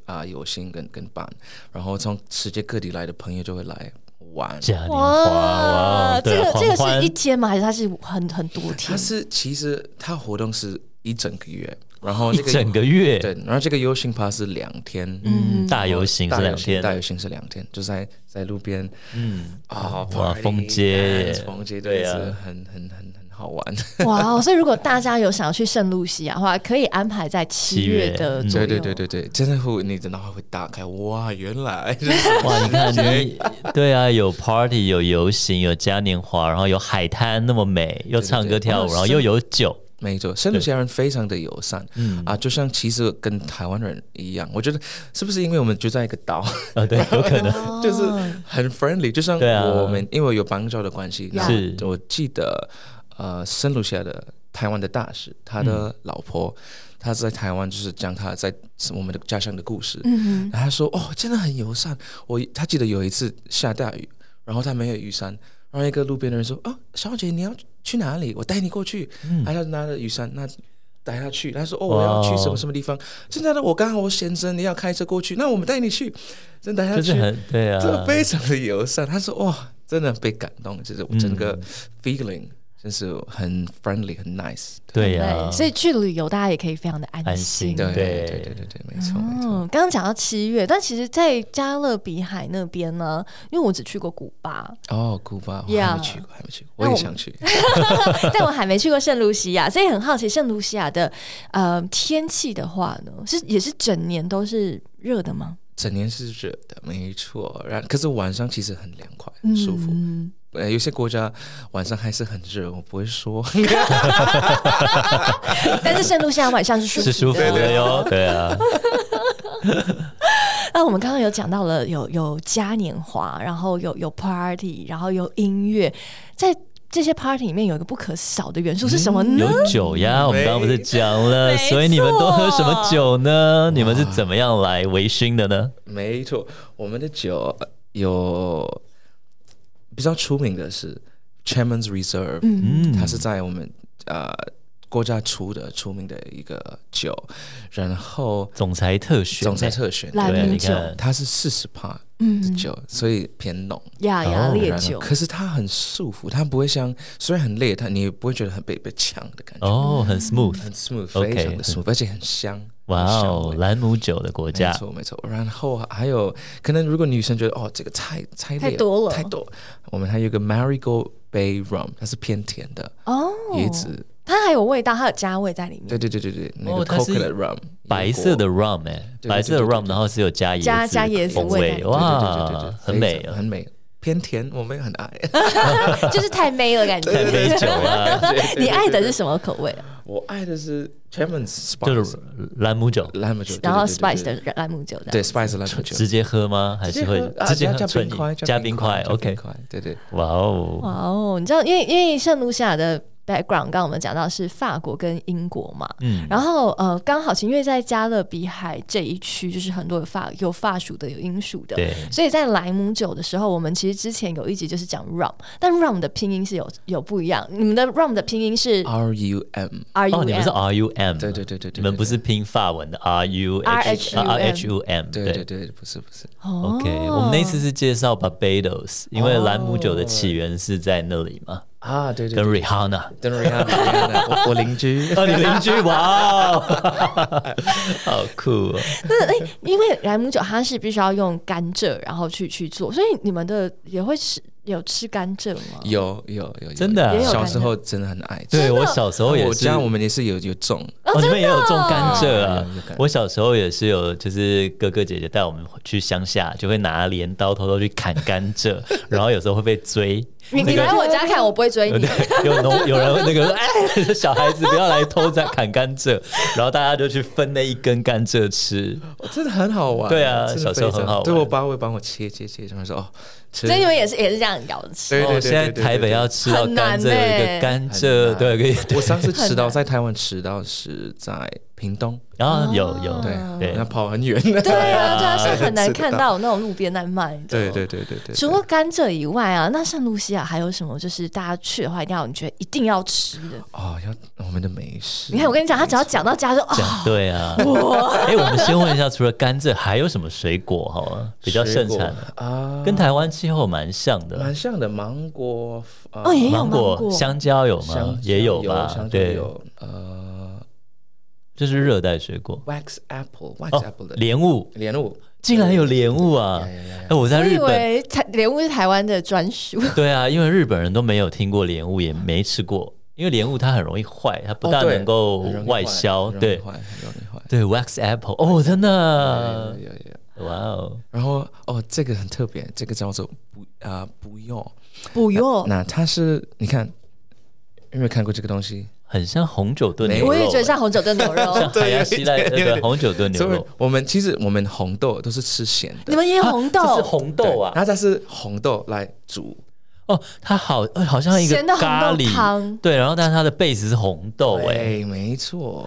Speaker 3: 啊、有心跟跟办，然后从世界各地来的朋友就会来玩。
Speaker 1: 嘉年华，哇！
Speaker 2: 这
Speaker 1: 对啊
Speaker 2: 个这个
Speaker 1: 狂欢
Speaker 2: 是一天吗？还是它是很很多
Speaker 3: 它
Speaker 2: 天？
Speaker 3: 是其实它活动是一整个月，然后
Speaker 1: 一
Speaker 3: 这个
Speaker 1: 整个月，
Speaker 3: 对，然后这个游行趴是两天，
Speaker 1: 嗯，大游行
Speaker 3: 大
Speaker 1: 这两
Speaker 3: 游行大
Speaker 1: 天，
Speaker 3: 游行是两天，就在在路边，嗯啊，
Speaker 1: 哇
Speaker 3: party，
Speaker 1: 封街
Speaker 3: dance，封街
Speaker 1: 对
Speaker 3: 对
Speaker 1: 啊
Speaker 3: 是很很很很好玩。
Speaker 2: 哇哦！所以如果大家有想要去圣露西亚的话，可以安排在七
Speaker 1: 月
Speaker 2: 月的
Speaker 1: 嗯
Speaker 2: 左
Speaker 3: 对
Speaker 2: 右。
Speaker 3: 对对对对，真的会你的脑海会打开，哇，原 来
Speaker 1: 哇！你看你，对啊，有 party，有游行，有嘉年华，然后有海滩那么美，又唱歌跳舞，然后又有 酒，
Speaker 3: 没错，圣卢西亚人非常的友善，
Speaker 1: 嗯
Speaker 3: 啊，就像其实跟台湾人一样，我觉得是不是因为我们就在一个岛，
Speaker 1: 啊，对， 有可能，
Speaker 3: 就是很 friendly，就像
Speaker 1: 对啊
Speaker 3: 我们、因为我有邦交的关系，
Speaker 2: Yeah
Speaker 1: 是
Speaker 3: 那我记得呃，圣卢西亚的台湾的大使，他
Speaker 1: 嗯
Speaker 3: 的老婆，他在台湾就是讲他在我们的家乡的故事，嗯、然后他说哦，真的很友善，我他记得有一次下大雨，然后他没有雨伞，然后一个路边的人说啊、小姐你要去哪里？我带你过去，嗯、他就拿着雨伞那。带他去，他说：“哦，我要去什
Speaker 1: 哇哦
Speaker 3: 么什么地方？现在呢，我刚好我先生你要开车过去，那我们带你去。”真的带他
Speaker 1: 就
Speaker 3: 去，
Speaker 1: 是很对
Speaker 3: 真的
Speaker 1: 啊，
Speaker 3: 非常的友善。他说：“哇，真的被感动，就是我整个 feeling 真是很 friendly，很 nice。
Speaker 1: 对啊
Speaker 2: 对，，所以去旅游大家也可以非常的安
Speaker 1: 安心
Speaker 3: 对”哦
Speaker 1: 对
Speaker 3: 对对对对对，没错没错。
Speaker 2: 嗯，刚刚讲到七月，但其实，在加勒比海那边呢，因为我只去过古巴，
Speaker 3: 哦，古巴我
Speaker 2: Yeah
Speaker 3: 还没去过，还没去过，
Speaker 2: 那
Speaker 3: 我
Speaker 2: 我
Speaker 3: 也想去。
Speaker 2: 但我还没去过圣卢西亚，所以很好奇圣卢西亚的呃天气的话呢，是也是整年都是热的吗？
Speaker 3: 整年是热的，没错。然可是晚上其实很凉快，很舒
Speaker 2: 嗯
Speaker 3: 服。呃，有些国家晚上还是很热，我不 会说。
Speaker 2: 但是圣露西亚晚上是舒服的，
Speaker 1: 啊是舒服的哟，对啊，
Speaker 2: 那我们刚刚有讲到了有有嘉年华，然后有有 party，然后有音乐，在这些 party 里面有一个不可少的元素是什么
Speaker 3: 嗯
Speaker 2: 呢？
Speaker 1: 有酒呀，我们刚刚不是讲了，
Speaker 2: 没
Speaker 1: 所以你们都喝什么酒呢？你们是怎么样来微醺的呢？
Speaker 3: 没错，我们的酒呃有比较出名的是 Chairman's Reserve，嗯，它是在我们呃国家出的出名的一个酒，然后
Speaker 1: 总裁特选，
Speaker 3: 总裁特选，
Speaker 2: 来
Speaker 1: 对，
Speaker 2: 宾
Speaker 1: 你
Speaker 2: 酒
Speaker 1: 看，
Speaker 3: 它是四十帕的酒，所以偏浓。
Speaker 2: 嗯呀呀，
Speaker 1: 哦
Speaker 2: 烈
Speaker 3: 然后
Speaker 2: 酒，
Speaker 3: 可是它很舒服，它不会像虽然很累，它你也不会觉得很被被呛的感觉，
Speaker 1: 哦，很 smooth，
Speaker 3: 很 smooth，
Speaker 1: OK
Speaker 3: 非常的 smooth，而且很香。
Speaker 1: 哇
Speaker 3: 很香
Speaker 1: 哦
Speaker 3: 味，
Speaker 1: 兰姆酒的国
Speaker 3: 没
Speaker 1: 家，
Speaker 3: 错没错。然后还有可能如果女生觉得哦这个太太累
Speaker 2: 太多了
Speaker 3: 太多，我们还有一个 Marigold Bay Rum，它是偏甜的
Speaker 2: 哦，
Speaker 3: 椰子，
Speaker 2: 它还有味道，它有加味在里面，
Speaker 3: 对对对对对，那
Speaker 1: 哦
Speaker 3: 个
Speaker 1: 它是
Speaker 3: coconut rum，
Speaker 1: 白色的 rum 哎、
Speaker 3: 对
Speaker 1: 白色的
Speaker 3: 对对
Speaker 1: rum，然后是有加椰子
Speaker 2: 加加椰子
Speaker 1: 风
Speaker 2: 味
Speaker 1: 味，
Speaker 2: 道
Speaker 3: 油果，对对对对对
Speaker 1: 哇
Speaker 3: 对，
Speaker 1: 很
Speaker 3: 非
Speaker 1: 美
Speaker 3: 常
Speaker 1: 啊
Speaker 3: 很，美，偏甜，我们很爱。
Speaker 2: 就是太美了感觉。
Speaker 1: 太 美酒啊，
Speaker 2: 你爱的是什么口味啊？
Speaker 3: 我爱的是 Chairman's
Speaker 1: 就
Speaker 3: Spice
Speaker 1: 是兰姆酒，
Speaker 3: 莱姆酒，
Speaker 2: 然后
Speaker 3: 对对对
Speaker 2: Spice 的莱姆酒的
Speaker 3: 对对 Spice 莱姆酒。
Speaker 1: 直接喝吗？还是会
Speaker 3: 啊
Speaker 1: 直接
Speaker 3: 加
Speaker 1: 喝
Speaker 3: 加
Speaker 1: 纯
Speaker 3: 冰块，
Speaker 1: 加冰块
Speaker 3: 加
Speaker 1: ，OK，
Speaker 3: 冰块对对，
Speaker 1: 哇
Speaker 2: 哇
Speaker 1: 哦，
Speaker 2: 哦，你知道，因为因为圣卢西亚的 background，刚刚我们讲到是法国跟英国嘛，
Speaker 1: 嗯，
Speaker 2: 然后呃，刚好因为在加勒比海这一区，就是很多有法有法属的，有英属的。
Speaker 1: 对，
Speaker 2: 所以在莱姆酒的时候，我们其实之前有一集就是讲 rum，但 rum 的拼音是有有不一样。你们的 rum 的拼音是
Speaker 3: R U M，
Speaker 2: r u
Speaker 1: 哦，你们是
Speaker 2: m，
Speaker 1: R U M，
Speaker 3: 对对对对对，
Speaker 1: 你们不是拼法文的 R U H
Speaker 2: RHUM
Speaker 1: R H U M，
Speaker 3: 对对对，不是不是，
Speaker 2: 哦
Speaker 1: OK，我们那一次是介绍 Barbados，因为兰姆酒的起源是在那里嘛，
Speaker 3: 啊，对对
Speaker 1: 跟
Speaker 3: 对，
Speaker 1: Rihanna，
Speaker 3: 跟 Rihanna，我 我邻居，
Speaker 1: 哦，你邻居，哇哦， 好酷哦！
Speaker 2: 那哎、因为莱姆酒它是必须要用甘蔗，然后去去做，所以你们的也会吃有吃甘蔗吗？
Speaker 3: 有有有，
Speaker 1: 真的啊也有
Speaker 3: 小时候真的很爱吃。
Speaker 1: 对我小时候也
Speaker 3: 我
Speaker 1: 是，
Speaker 3: 家我们也是有有种，
Speaker 1: 哦，你们也有种甘蔗啊
Speaker 3: 有有有甘！蔗
Speaker 1: 我小时候也是有，就是哥哥姐姐带我们去乡下，就会拿镰刀偷偷去砍甘蔗，然后有时候会被追。
Speaker 2: 你你来我家看，我不会追
Speaker 1: 有
Speaker 2: 你。
Speaker 1: 有农有人那个说，哎，小孩子不要来偷摘砍甘蔗，然后大家就去分那一根甘蔗吃。
Speaker 3: 哦真的很好玩。
Speaker 1: 对啊
Speaker 3: 真的
Speaker 1: 小时候
Speaker 3: 非常
Speaker 1: 很好玩
Speaker 3: 对我爸会帮我切切切，他们说哦，吃
Speaker 2: 所以你们也是也是这样咬着吃。
Speaker 3: 对对
Speaker 1: 哦，
Speaker 3: 对
Speaker 1: 现在
Speaker 3: 对对
Speaker 1: 台
Speaker 3: 对
Speaker 1: 北要吃到
Speaker 2: 很
Speaker 1: 甘蔗
Speaker 2: 难
Speaker 1: 有一
Speaker 2: 欸
Speaker 1: 个甘蔗，
Speaker 3: 很难
Speaker 1: 对，可以，对
Speaker 3: 我上次吃到在台湾吃到是在屏东，
Speaker 1: 然后有有
Speaker 3: 对
Speaker 1: 嗯对，
Speaker 3: 那跑很远。
Speaker 2: 对啊，对啊，是很难
Speaker 3: 吃得
Speaker 2: 看到那种路边在卖的。
Speaker 3: 对对对对对，
Speaker 2: 除了甘蔗以外啊，那圣露西亚还有什么？就是大家去的话，一定要你觉得一定要吃的。
Speaker 3: 哦，要我们的美食。
Speaker 2: 你看，我跟你讲，他只要讲到家就啊，
Speaker 1: 讲对啊，哎，我们先问一下，除了甘蔗，还有什么水果好了比较盛产？
Speaker 3: 啊，
Speaker 1: 跟台湾气候蛮像的
Speaker 3: 蛮，像的芒果，呃
Speaker 2: 哦也有
Speaker 1: 芒
Speaker 2: 芒果
Speaker 1: 香蕉有吗
Speaker 3: 香？
Speaker 1: 也有
Speaker 3: 有
Speaker 1: 吧
Speaker 3: 香，蕉
Speaker 1: 对，
Speaker 3: 有呃
Speaker 1: 这是热带水果。
Speaker 3: wax apple，wax
Speaker 1: 哦
Speaker 3: apple，的
Speaker 1: 莲雾
Speaker 3: 莲雾，哦
Speaker 1: 竟然有莲雾啊！哎，我在
Speaker 2: 我以
Speaker 1: 日本，
Speaker 2: 为台莲雾是台湾的专属。
Speaker 1: 对啊，因为日本人都没有听过莲雾，也没吃过，因为莲雾它很容易坏，它不
Speaker 3: 哦
Speaker 1: 大
Speaker 3: 对
Speaker 1: 能够
Speaker 3: 很容易
Speaker 1: 外
Speaker 3: 坏
Speaker 1: 销，
Speaker 3: 很容易
Speaker 1: 对
Speaker 3: 坏很容易坏。
Speaker 1: 对，wax apple，哦，真的
Speaker 3: 有，有有有。
Speaker 1: 哇哦，
Speaker 3: 然后哦，这个很特别，这个叫做不啊不用。
Speaker 2: 不用，
Speaker 3: 那它是你看，有没有看过这个东西？
Speaker 1: 很像红酒炖
Speaker 3: 没
Speaker 1: 牛肉，欸
Speaker 2: 我也觉得像红酒炖牛肉。
Speaker 1: 像海牙希赖
Speaker 3: 对有一点
Speaker 1: 对红酒炖牛
Speaker 3: 所以
Speaker 1: 肉，
Speaker 3: 我们其实我们红豆都是吃咸的，
Speaker 2: 你们也有红
Speaker 1: 这 是
Speaker 2: 豆，
Speaker 1: 红豆啊
Speaker 3: 对，然后它是红豆来煮，
Speaker 1: 哦，它好，呃好像一个
Speaker 2: 咸的红豆
Speaker 1: 咖
Speaker 2: 汤
Speaker 1: 喱，对，然后但是它的 base 是红豆，哎，
Speaker 3: 对，没错，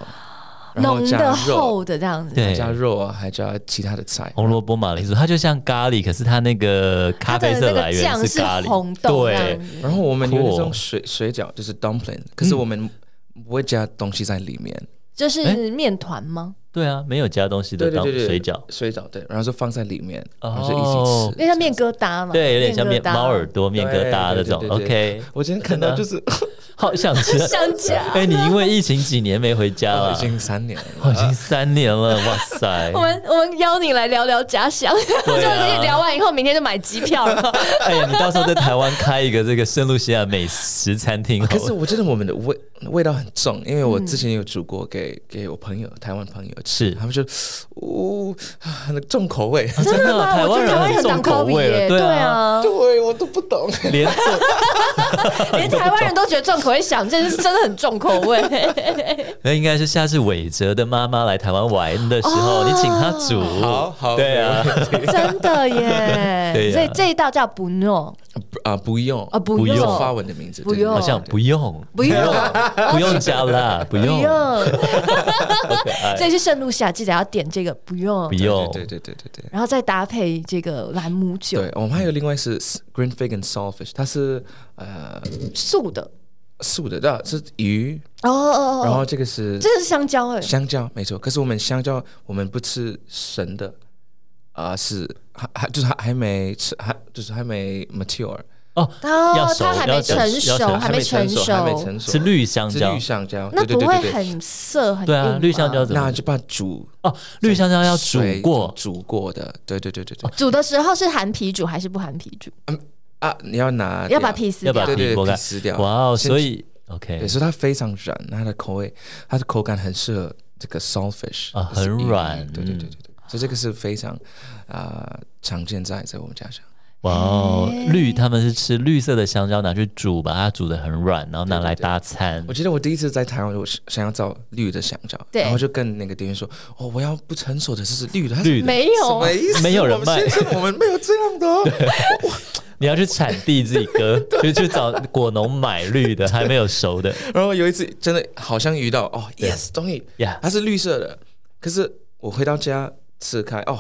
Speaker 3: 然后
Speaker 2: 浓
Speaker 3: 加
Speaker 2: 的
Speaker 3: 肉，
Speaker 2: 厚的这样子。
Speaker 1: 对，
Speaker 3: 加肉啊，还加其他的菜，
Speaker 1: 红萝卜马铃薯，它就像咖喱，可是它那个咖
Speaker 2: 它的
Speaker 1: 啡色
Speaker 2: 那
Speaker 1: 来
Speaker 2: 个酱
Speaker 1: 源咖喱，
Speaker 2: 红豆这
Speaker 1: 对
Speaker 2: 样，子，
Speaker 3: 然后我们有
Speaker 1: Cool
Speaker 3: 那种水水饺，就是 dumpling，可是我们不会加东西在里面。
Speaker 2: 就是面团吗？
Speaker 1: 对啊，没有加东西的当水饺，
Speaker 3: 水饺对，然后就放在里面，
Speaker 1: 哦
Speaker 3: 然后就一起
Speaker 2: 因为
Speaker 3: 吃。
Speaker 2: 像面疙瘩嘛，
Speaker 1: 对，有点像面
Speaker 2: 疙瘩
Speaker 1: 猫耳，朵面疙瘩那
Speaker 3: 对对
Speaker 1: 种
Speaker 3: 对对
Speaker 1: ，OK，
Speaker 3: 我今天看到就是
Speaker 1: 好想吃，
Speaker 2: 想夹
Speaker 1: 哎，你因为疫情几年没回家了
Speaker 3: 已？经三年了，
Speaker 1: 哦已经三年了，哇塞！
Speaker 2: 我们我们邀你来聊聊假想，
Speaker 1: 对
Speaker 2: 就
Speaker 1: 啊
Speaker 2: 是聊完以后，明天就买机票了。
Speaker 1: 哎呀，你到时候在台湾开一个这个圣露西亚美食餐厅好
Speaker 3: 可
Speaker 1: 了，
Speaker 3: 是我觉得我们的味味道很重，因为我之前有煮过给给我朋友台湾朋友吃，
Speaker 1: 是
Speaker 3: 他们就哦啊很重口味，
Speaker 1: 真
Speaker 2: 真的 吗？
Speaker 1: 台
Speaker 2: 我觉
Speaker 1: 湾
Speaker 2: 得台湾
Speaker 1: 很
Speaker 2: 很
Speaker 1: 重
Speaker 2: 当
Speaker 1: 口
Speaker 2: 抠鼻
Speaker 1: 味了，
Speaker 2: 耶，
Speaker 1: 对啊，
Speaker 2: 啊，
Speaker 3: 对我都不懂。
Speaker 1: 连做
Speaker 2: 连台湾人都觉得重口味想， 这是真的很重口味。
Speaker 1: 那应该是下次伟哲的妈妈来台湾玩的时候，
Speaker 2: 哦
Speaker 1: 你请她煮。
Speaker 3: 好好
Speaker 1: 对啊，
Speaker 2: 真的耶，
Speaker 1: 对呀
Speaker 2: 所以这一道叫不诺
Speaker 3: 啊，不用
Speaker 2: 啊，不
Speaker 1: 不
Speaker 3: 是
Speaker 1: 用
Speaker 3: 发
Speaker 2: 用
Speaker 3: 文的名字，
Speaker 2: 不
Speaker 3: 对对对
Speaker 1: 好像不 用，
Speaker 2: 不用
Speaker 1: 不用加辣，不
Speaker 2: 不
Speaker 1: 用，哎
Speaker 2: 用，
Speaker 1: 好可爱
Speaker 2: 所以去圣露西亚记得要点这个不用
Speaker 1: 不，用，
Speaker 3: 对对对对对对。
Speaker 2: 然后再搭配这个兰姆酒
Speaker 3: 对，我们还有另外是 green fig and saltfish，它是呃
Speaker 2: 素的
Speaker 3: 素的，那是鱼，
Speaker 2: 哦哦
Speaker 3: 然
Speaker 2: 哦，
Speaker 3: 后这个是
Speaker 2: 这个是香蕉哎，
Speaker 3: 香蕉，没错。可是我们香蕉我们不吃生的，啊、是还还就是还还没吃，还就是还没 mature，
Speaker 1: 哦，要
Speaker 2: 哦，
Speaker 1: 熟
Speaker 2: 它还没
Speaker 1: 要熟
Speaker 2: 成
Speaker 1: 要
Speaker 2: 熟，
Speaker 1: 熟
Speaker 2: 没成
Speaker 3: 熟，还没成熟，
Speaker 1: 是绿香
Speaker 3: 是
Speaker 1: 蕉
Speaker 3: 绿，香蕉，
Speaker 2: 那
Speaker 3: 对对
Speaker 2: 不
Speaker 3: 对
Speaker 2: 会
Speaker 3: 对对。
Speaker 2: 很涩很硬
Speaker 1: 对啊，绿
Speaker 2: 吗
Speaker 1: 香蕉怎
Speaker 3: 那
Speaker 1: 么？
Speaker 3: 就把它煮
Speaker 1: 哦，绿香蕉要煮
Speaker 3: 水
Speaker 1: 过，
Speaker 3: 煮过的，对对对对对。
Speaker 2: 煮的时候是含皮煮还是不含皮煮？
Speaker 3: 啊，你要拿
Speaker 2: 要把
Speaker 3: 掉
Speaker 2: 皮撕
Speaker 1: 要把
Speaker 2: 掉
Speaker 3: 对。对
Speaker 1: 皮剥
Speaker 3: 对
Speaker 1: 开
Speaker 3: 皮撕掉。
Speaker 1: 哇哦，
Speaker 3: 先
Speaker 1: 所以
Speaker 3: 对，
Speaker 1: OK
Speaker 3: 所以它非常软，它的口味，它的口感很适合这个 saltfish
Speaker 1: 啊
Speaker 3: 就是
Speaker 1: 很
Speaker 3: 鱼
Speaker 1: 软
Speaker 3: 对对对对对，所以这个是非常啊、呃常见在在我们家乡。
Speaker 1: 哇哦，绿他们是吃绿色的香蕉，拿去煮，把它煮的很软，然后拿来搭餐
Speaker 3: 我。记得我第一次在台湾，我是想要找绿的香蕉，
Speaker 2: 对
Speaker 3: 然后就跟那个店员说：“哦，我要不成熟的，这是绿的。”他说
Speaker 1: 绿的，
Speaker 2: 没
Speaker 3: 什
Speaker 2: 有
Speaker 3: 么，意思？
Speaker 1: 没有人
Speaker 3: 我们
Speaker 1: 卖
Speaker 3: 先 生，我们没有这样的哦。
Speaker 1: 你要去产地自己 割，就去找果农买绿的，还没有熟的。
Speaker 3: 然后有一次真的好像遇到哦，yes，终于
Speaker 1: Yeah
Speaker 3: 它是绿色的，可是我回到家吃开哦，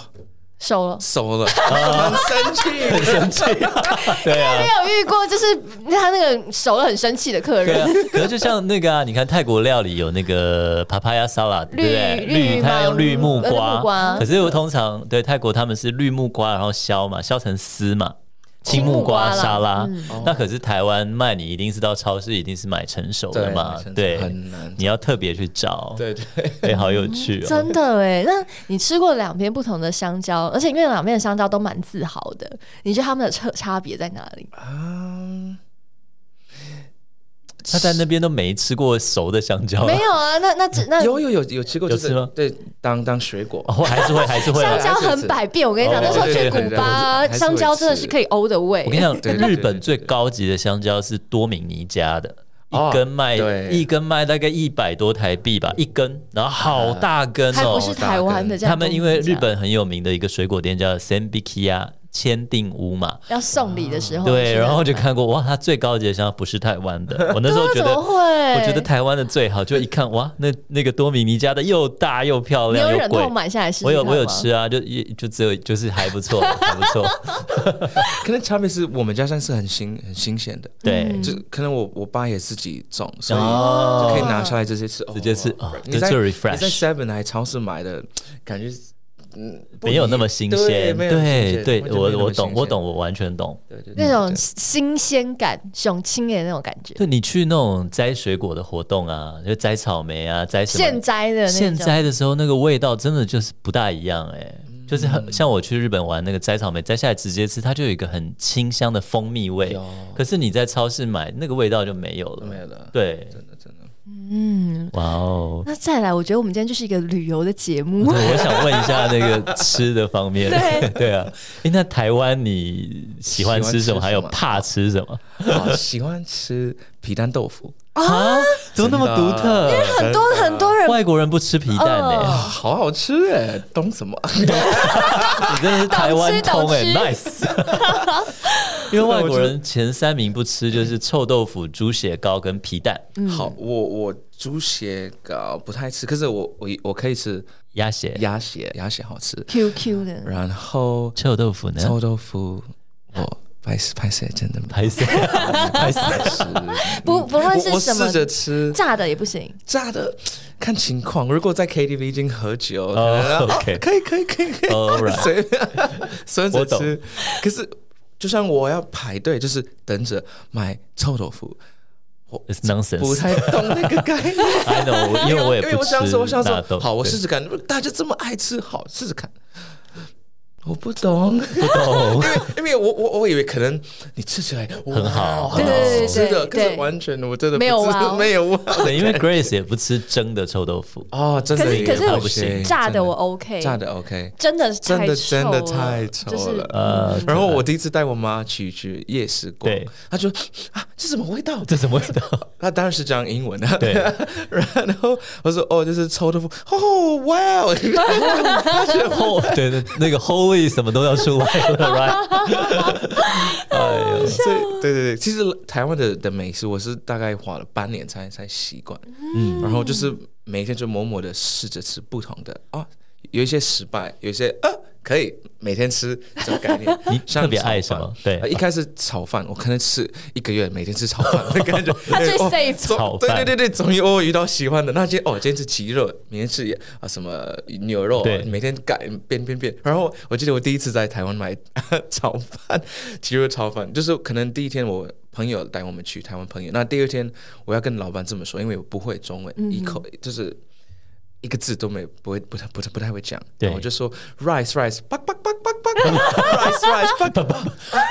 Speaker 2: 熟了。
Speaker 3: 熟 了，很生气，
Speaker 1: 生气， 对啊
Speaker 2: 没。有遇过，就是他那个熟了很生气的客
Speaker 1: 对啊
Speaker 2: 人，，
Speaker 1: 可是就像那个啊，你看泰国料理有那个 papaya salad，对不对？
Speaker 2: 绿绿
Speaker 1: 它
Speaker 2: 芒
Speaker 1: 用绿木
Speaker 2: 呃
Speaker 1: 瓜，
Speaker 2: 木瓜
Speaker 1: 可是我通常对泰国他们是绿木瓜，然后削嘛，削成丝嘛，青木瓜沙拉。
Speaker 2: 嗯
Speaker 1: 那可是台湾卖，你一定是到超市，一定是买成熟的嘛
Speaker 3: 买成，熟
Speaker 1: 对，
Speaker 3: 很难
Speaker 1: 你要特别去找，
Speaker 3: 对对。
Speaker 1: 哎，好有趣哦。
Speaker 3: 啊
Speaker 2: 真的哎。那你吃过两边不同的香蕉，而且因为两边的香蕉都蛮自豪的，你觉得他们的差差别在哪里？
Speaker 3: 啊，
Speaker 1: 他在那边都没吃过熟的香蕉，
Speaker 2: 没有啊，那那只那
Speaker 3: 有有有有吃过，
Speaker 1: 有
Speaker 3: 就是
Speaker 1: 吃吗
Speaker 3: 对，当当水果，
Speaker 1: 哦，还是会还是会啊
Speaker 2: 香蕉很百变，我跟你讲，
Speaker 1: 对
Speaker 2: 那时候去
Speaker 3: 对对
Speaker 2: 古
Speaker 3: 对
Speaker 2: 巴，
Speaker 3: 对对
Speaker 2: 香蕉真的是可以欧的味
Speaker 1: 我。跟你讲，
Speaker 3: 对对对
Speaker 1: 日本
Speaker 3: 对
Speaker 1: 最高级的香蕉是多米尼加的，
Speaker 3: 哦
Speaker 1: 一根卖
Speaker 3: 对
Speaker 1: 一根卖大概一百多台币吧，一根，然后好大根
Speaker 2: 还不
Speaker 1: 哦
Speaker 2: 是。台湾的这样，
Speaker 1: 他们因为日本很有名的一个水果店叫 Senbikia 千定屋嘛，
Speaker 2: 要送礼的时候，
Speaker 1: 啊对，
Speaker 2: 哦是吧
Speaker 1: 然后就看过哇，它最高级的香蕉不是台湾 的，我那时候觉
Speaker 2: 对啊怎
Speaker 1: 得
Speaker 2: 么。会？
Speaker 1: 我
Speaker 2: 我
Speaker 1: 觉得台湾的最好，就一看哇，那那个多米尼加的又大又漂
Speaker 2: 你
Speaker 1: 亮
Speaker 2: 有
Speaker 1: 又
Speaker 2: 忍
Speaker 1: 贵
Speaker 2: 痛，买下来试试
Speaker 1: 我有
Speaker 2: 看
Speaker 1: 我有
Speaker 2: 吗
Speaker 1: 吃啊，就一就只有就是还不错，还不错，
Speaker 3: 可能差别是我们家算是很新很新鲜的，
Speaker 1: 对，
Speaker 3: 就可能我我爸也自己种，所以
Speaker 1: 哦
Speaker 3: 就可以拿下来直接吃，哦
Speaker 1: 直接吃哦
Speaker 3: 你
Speaker 1: 这
Speaker 3: 在
Speaker 1: 就
Speaker 3: 你
Speaker 1: refresh
Speaker 3: 在 Seven 还超市买的，感觉嗯不
Speaker 1: 没有那么新
Speaker 3: 对
Speaker 1: 鲜，
Speaker 3: 没有那么新
Speaker 1: 对对，
Speaker 3: 鲜完全没有那
Speaker 1: 我我
Speaker 3: 么
Speaker 1: 懂，
Speaker 3: 新鲜
Speaker 1: 我懂，我完全懂。
Speaker 3: 对对对
Speaker 2: 那种
Speaker 3: 对
Speaker 2: 新鲜感、雄青的那种感觉，
Speaker 1: 就你去那种摘水果的活动啊，就摘草莓啊，摘什
Speaker 2: 现
Speaker 1: 么？
Speaker 2: 摘的那种。
Speaker 1: 现摘的时候，那个味道真的就是不大一样哎、
Speaker 3: 嗯
Speaker 1: 就是很像我去日本玩那个摘草莓，摘下来直接吃，它就有一个很清香的蜂蜜味
Speaker 3: 有。
Speaker 1: 可是你在超市买那个味道就没有了。
Speaker 3: 没有了，
Speaker 1: 对，
Speaker 3: 真的真的。
Speaker 1: 哇哦！
Speaker 2: 那再来，我觉得我们今天就是一个旅游的节目。
Speaker 1: 我想问一下那个吃的方 面，
Speaker 2: 对
Speaker 1: 啊，诶，那台湾你喜欢吃什
Speaker 3: 喜欢吃什
Speaker 1: 么？
Speaker 3: 么
Speaker 1: 还有怕吃什么
Speaker 3: 好喜欢吃皮蛋豆 腐，
Speaker 1: 啊？怎么那么独特？
Speaker 2: 很多很多人
Speaker 1: 外国人不吃皮蛋欸呢、
Speaker 3: 啊好好吃哎，懂什么？呃
Speaker 1: 你真的是台湾通哎、
Speaker 2: 懂
Speaker 1: n i c e 因为外国人前三名不吃就是臭豆腐、猪血糕跟皮蛋、
Speaker 3: 好，我我猪血糕不太吃，可是我我我可以吃
Speaker 1: 鸭血、
Speaker 3: 鸭血，鸭血好吃。
Speaker 2: QQ 的，
Speaker 3: 然后
Speaker 1: 臭豆腐呢？
Speaker 3: 臭豆腐，我拍死拍死真的不
Speaker 1: 拍 死拍死！
Speaker 3: 吃。
Speaker 2: 哎不不论是
Speaker 3: 我我
Speaker 2: 什么
Speaker 3: 试着吃
Speaker 2: 炸的也不行。
Speaker 3: 炸的，看情况。如果在 KTV 已经喝酒，
Speaker 1: 哦
Speaker 3: 可能啊
Speaker 1: OK
Speaker 3: 可以可以可以可以
Speaker 1: All right
Speaker 3: 随便 随
Speaker 1: 我
Speaker 3: 便
Speaker 1: 懂
Speaker 3: 吃。可是就像我要排队，就是等着买臭豆腐，
Speaker 1: It's
Speaker 3: 不
Speaker 1: nonsense。
Speaker 3: 太懂那个概念。
Speaker 1: I know，因为我也
Speaker 3: 因为
Speaker 1: 哎不
Speaker 3: 我
Speaker 1: 吃
Speaker 3: 想说，我想
Speaker 1: 纳
Speaker 3: 说，
Speaker 1: 豆。
Speaker 3: 好，我试
Speaker 1: 对
Speaker 3: 试看。大家这么爱吃，好试试看。我不懂，
Speaker 1: 不懂
Speaker 3: 因为我我我以为可能你吃起来哇
Speaker 1: 很好
Speaker 2: 对
Speaker 3: 很好
Speaker 2: 对对
Speaker 3: 吃的，可
Speaker 2: 对
Speaker 3: 是完全我真的不
Speaker 2: 没有
Speaker 3: 知
Speaker 2: 哇哦
Speaker 3: 没有哇哦，
Speaker 1: 对，因为 Grace 也不吃蒸的臭豆腐，
Speaker 3: 哦，真的
Speaker 2: 可是
Speaker 3: 也
Speaker 2: 可是
Speaker 3: 不
Speaker 1: 我
Speaker 3: 行
Speaker 2: 炸的
Speaker 3: 真
Speaker 2: 我哎 OK，
Speaker 3: 炸的 OK，
Speaker 2: 真的
Speaker 3: 真
Speaker 2: 太
Speaker 3: 的
Speaker 2: 臭
Speaker 3: 真的
Speaker 2: 了
Speaker 3: 太臭
Speaker 2: 就是
Speaker 3: 了
Speaker 1: 呃，
Speaker 3: 然后我第一次带我妈去去夜市逛
Speaker 1: 对，
Speaker 3: 她就啊 这什么味道？
Speaker 1: 这什么味道？
Speaker 3: 她当然是讲英文的，
Speaker 1: 对，
Speaker 3: 然后我说哦，就是臭豆腐，哦哇 哦，
Speaker 1: 后对对，那个 Holy 什么都要出来了，right？ 哎
Speaker 2: 哦
Speaker 3: 所以对对对，其实台湾的的美食，我是大概花了半年才才习惯，嗯，然后就是每天就默默的试着吃不同的啊，有一些失败，有一些啊可以每天吃这个概念。
Speaker 1: 你
Speaker 3: 像
Speaker 1: 特别
Speaker 3: 炒
Speaker 1: 爱
Speaker 3: 饭
Speaker 1: 什么对
Speaker 3: 呃一开始炒饭，我可能吃一个月，每天吃炒饭的感觉。
Speaker 2: 他最
Speaker 3: 哎哦
Speaker 2: safe
Speaker 3: 总
Speaker 1: 炒
Speaker 3: 对
Speaker 1: 饭
Speaker 3: 对对对，总有遇到喜欢的。那今天哦，今天吃鸡肉，明天吃啊什么牛肉，啊
Speaker 1: 对
Speaker 3: 每天改变变变。然后我记得我第一次在台湾买 炒饭， 鸡肉炒饭，就是可能第一天我朋友带我们去台湾朋友，那第二天我要跟老板这么说，因为我不会中文，一口就是。一个字都没不会不太不太不太会讲，
Speaker 1: 对
Speaker 3: 然后我就说 rice rice 叭叭叭叭叭 rice rice 叭叭 叭，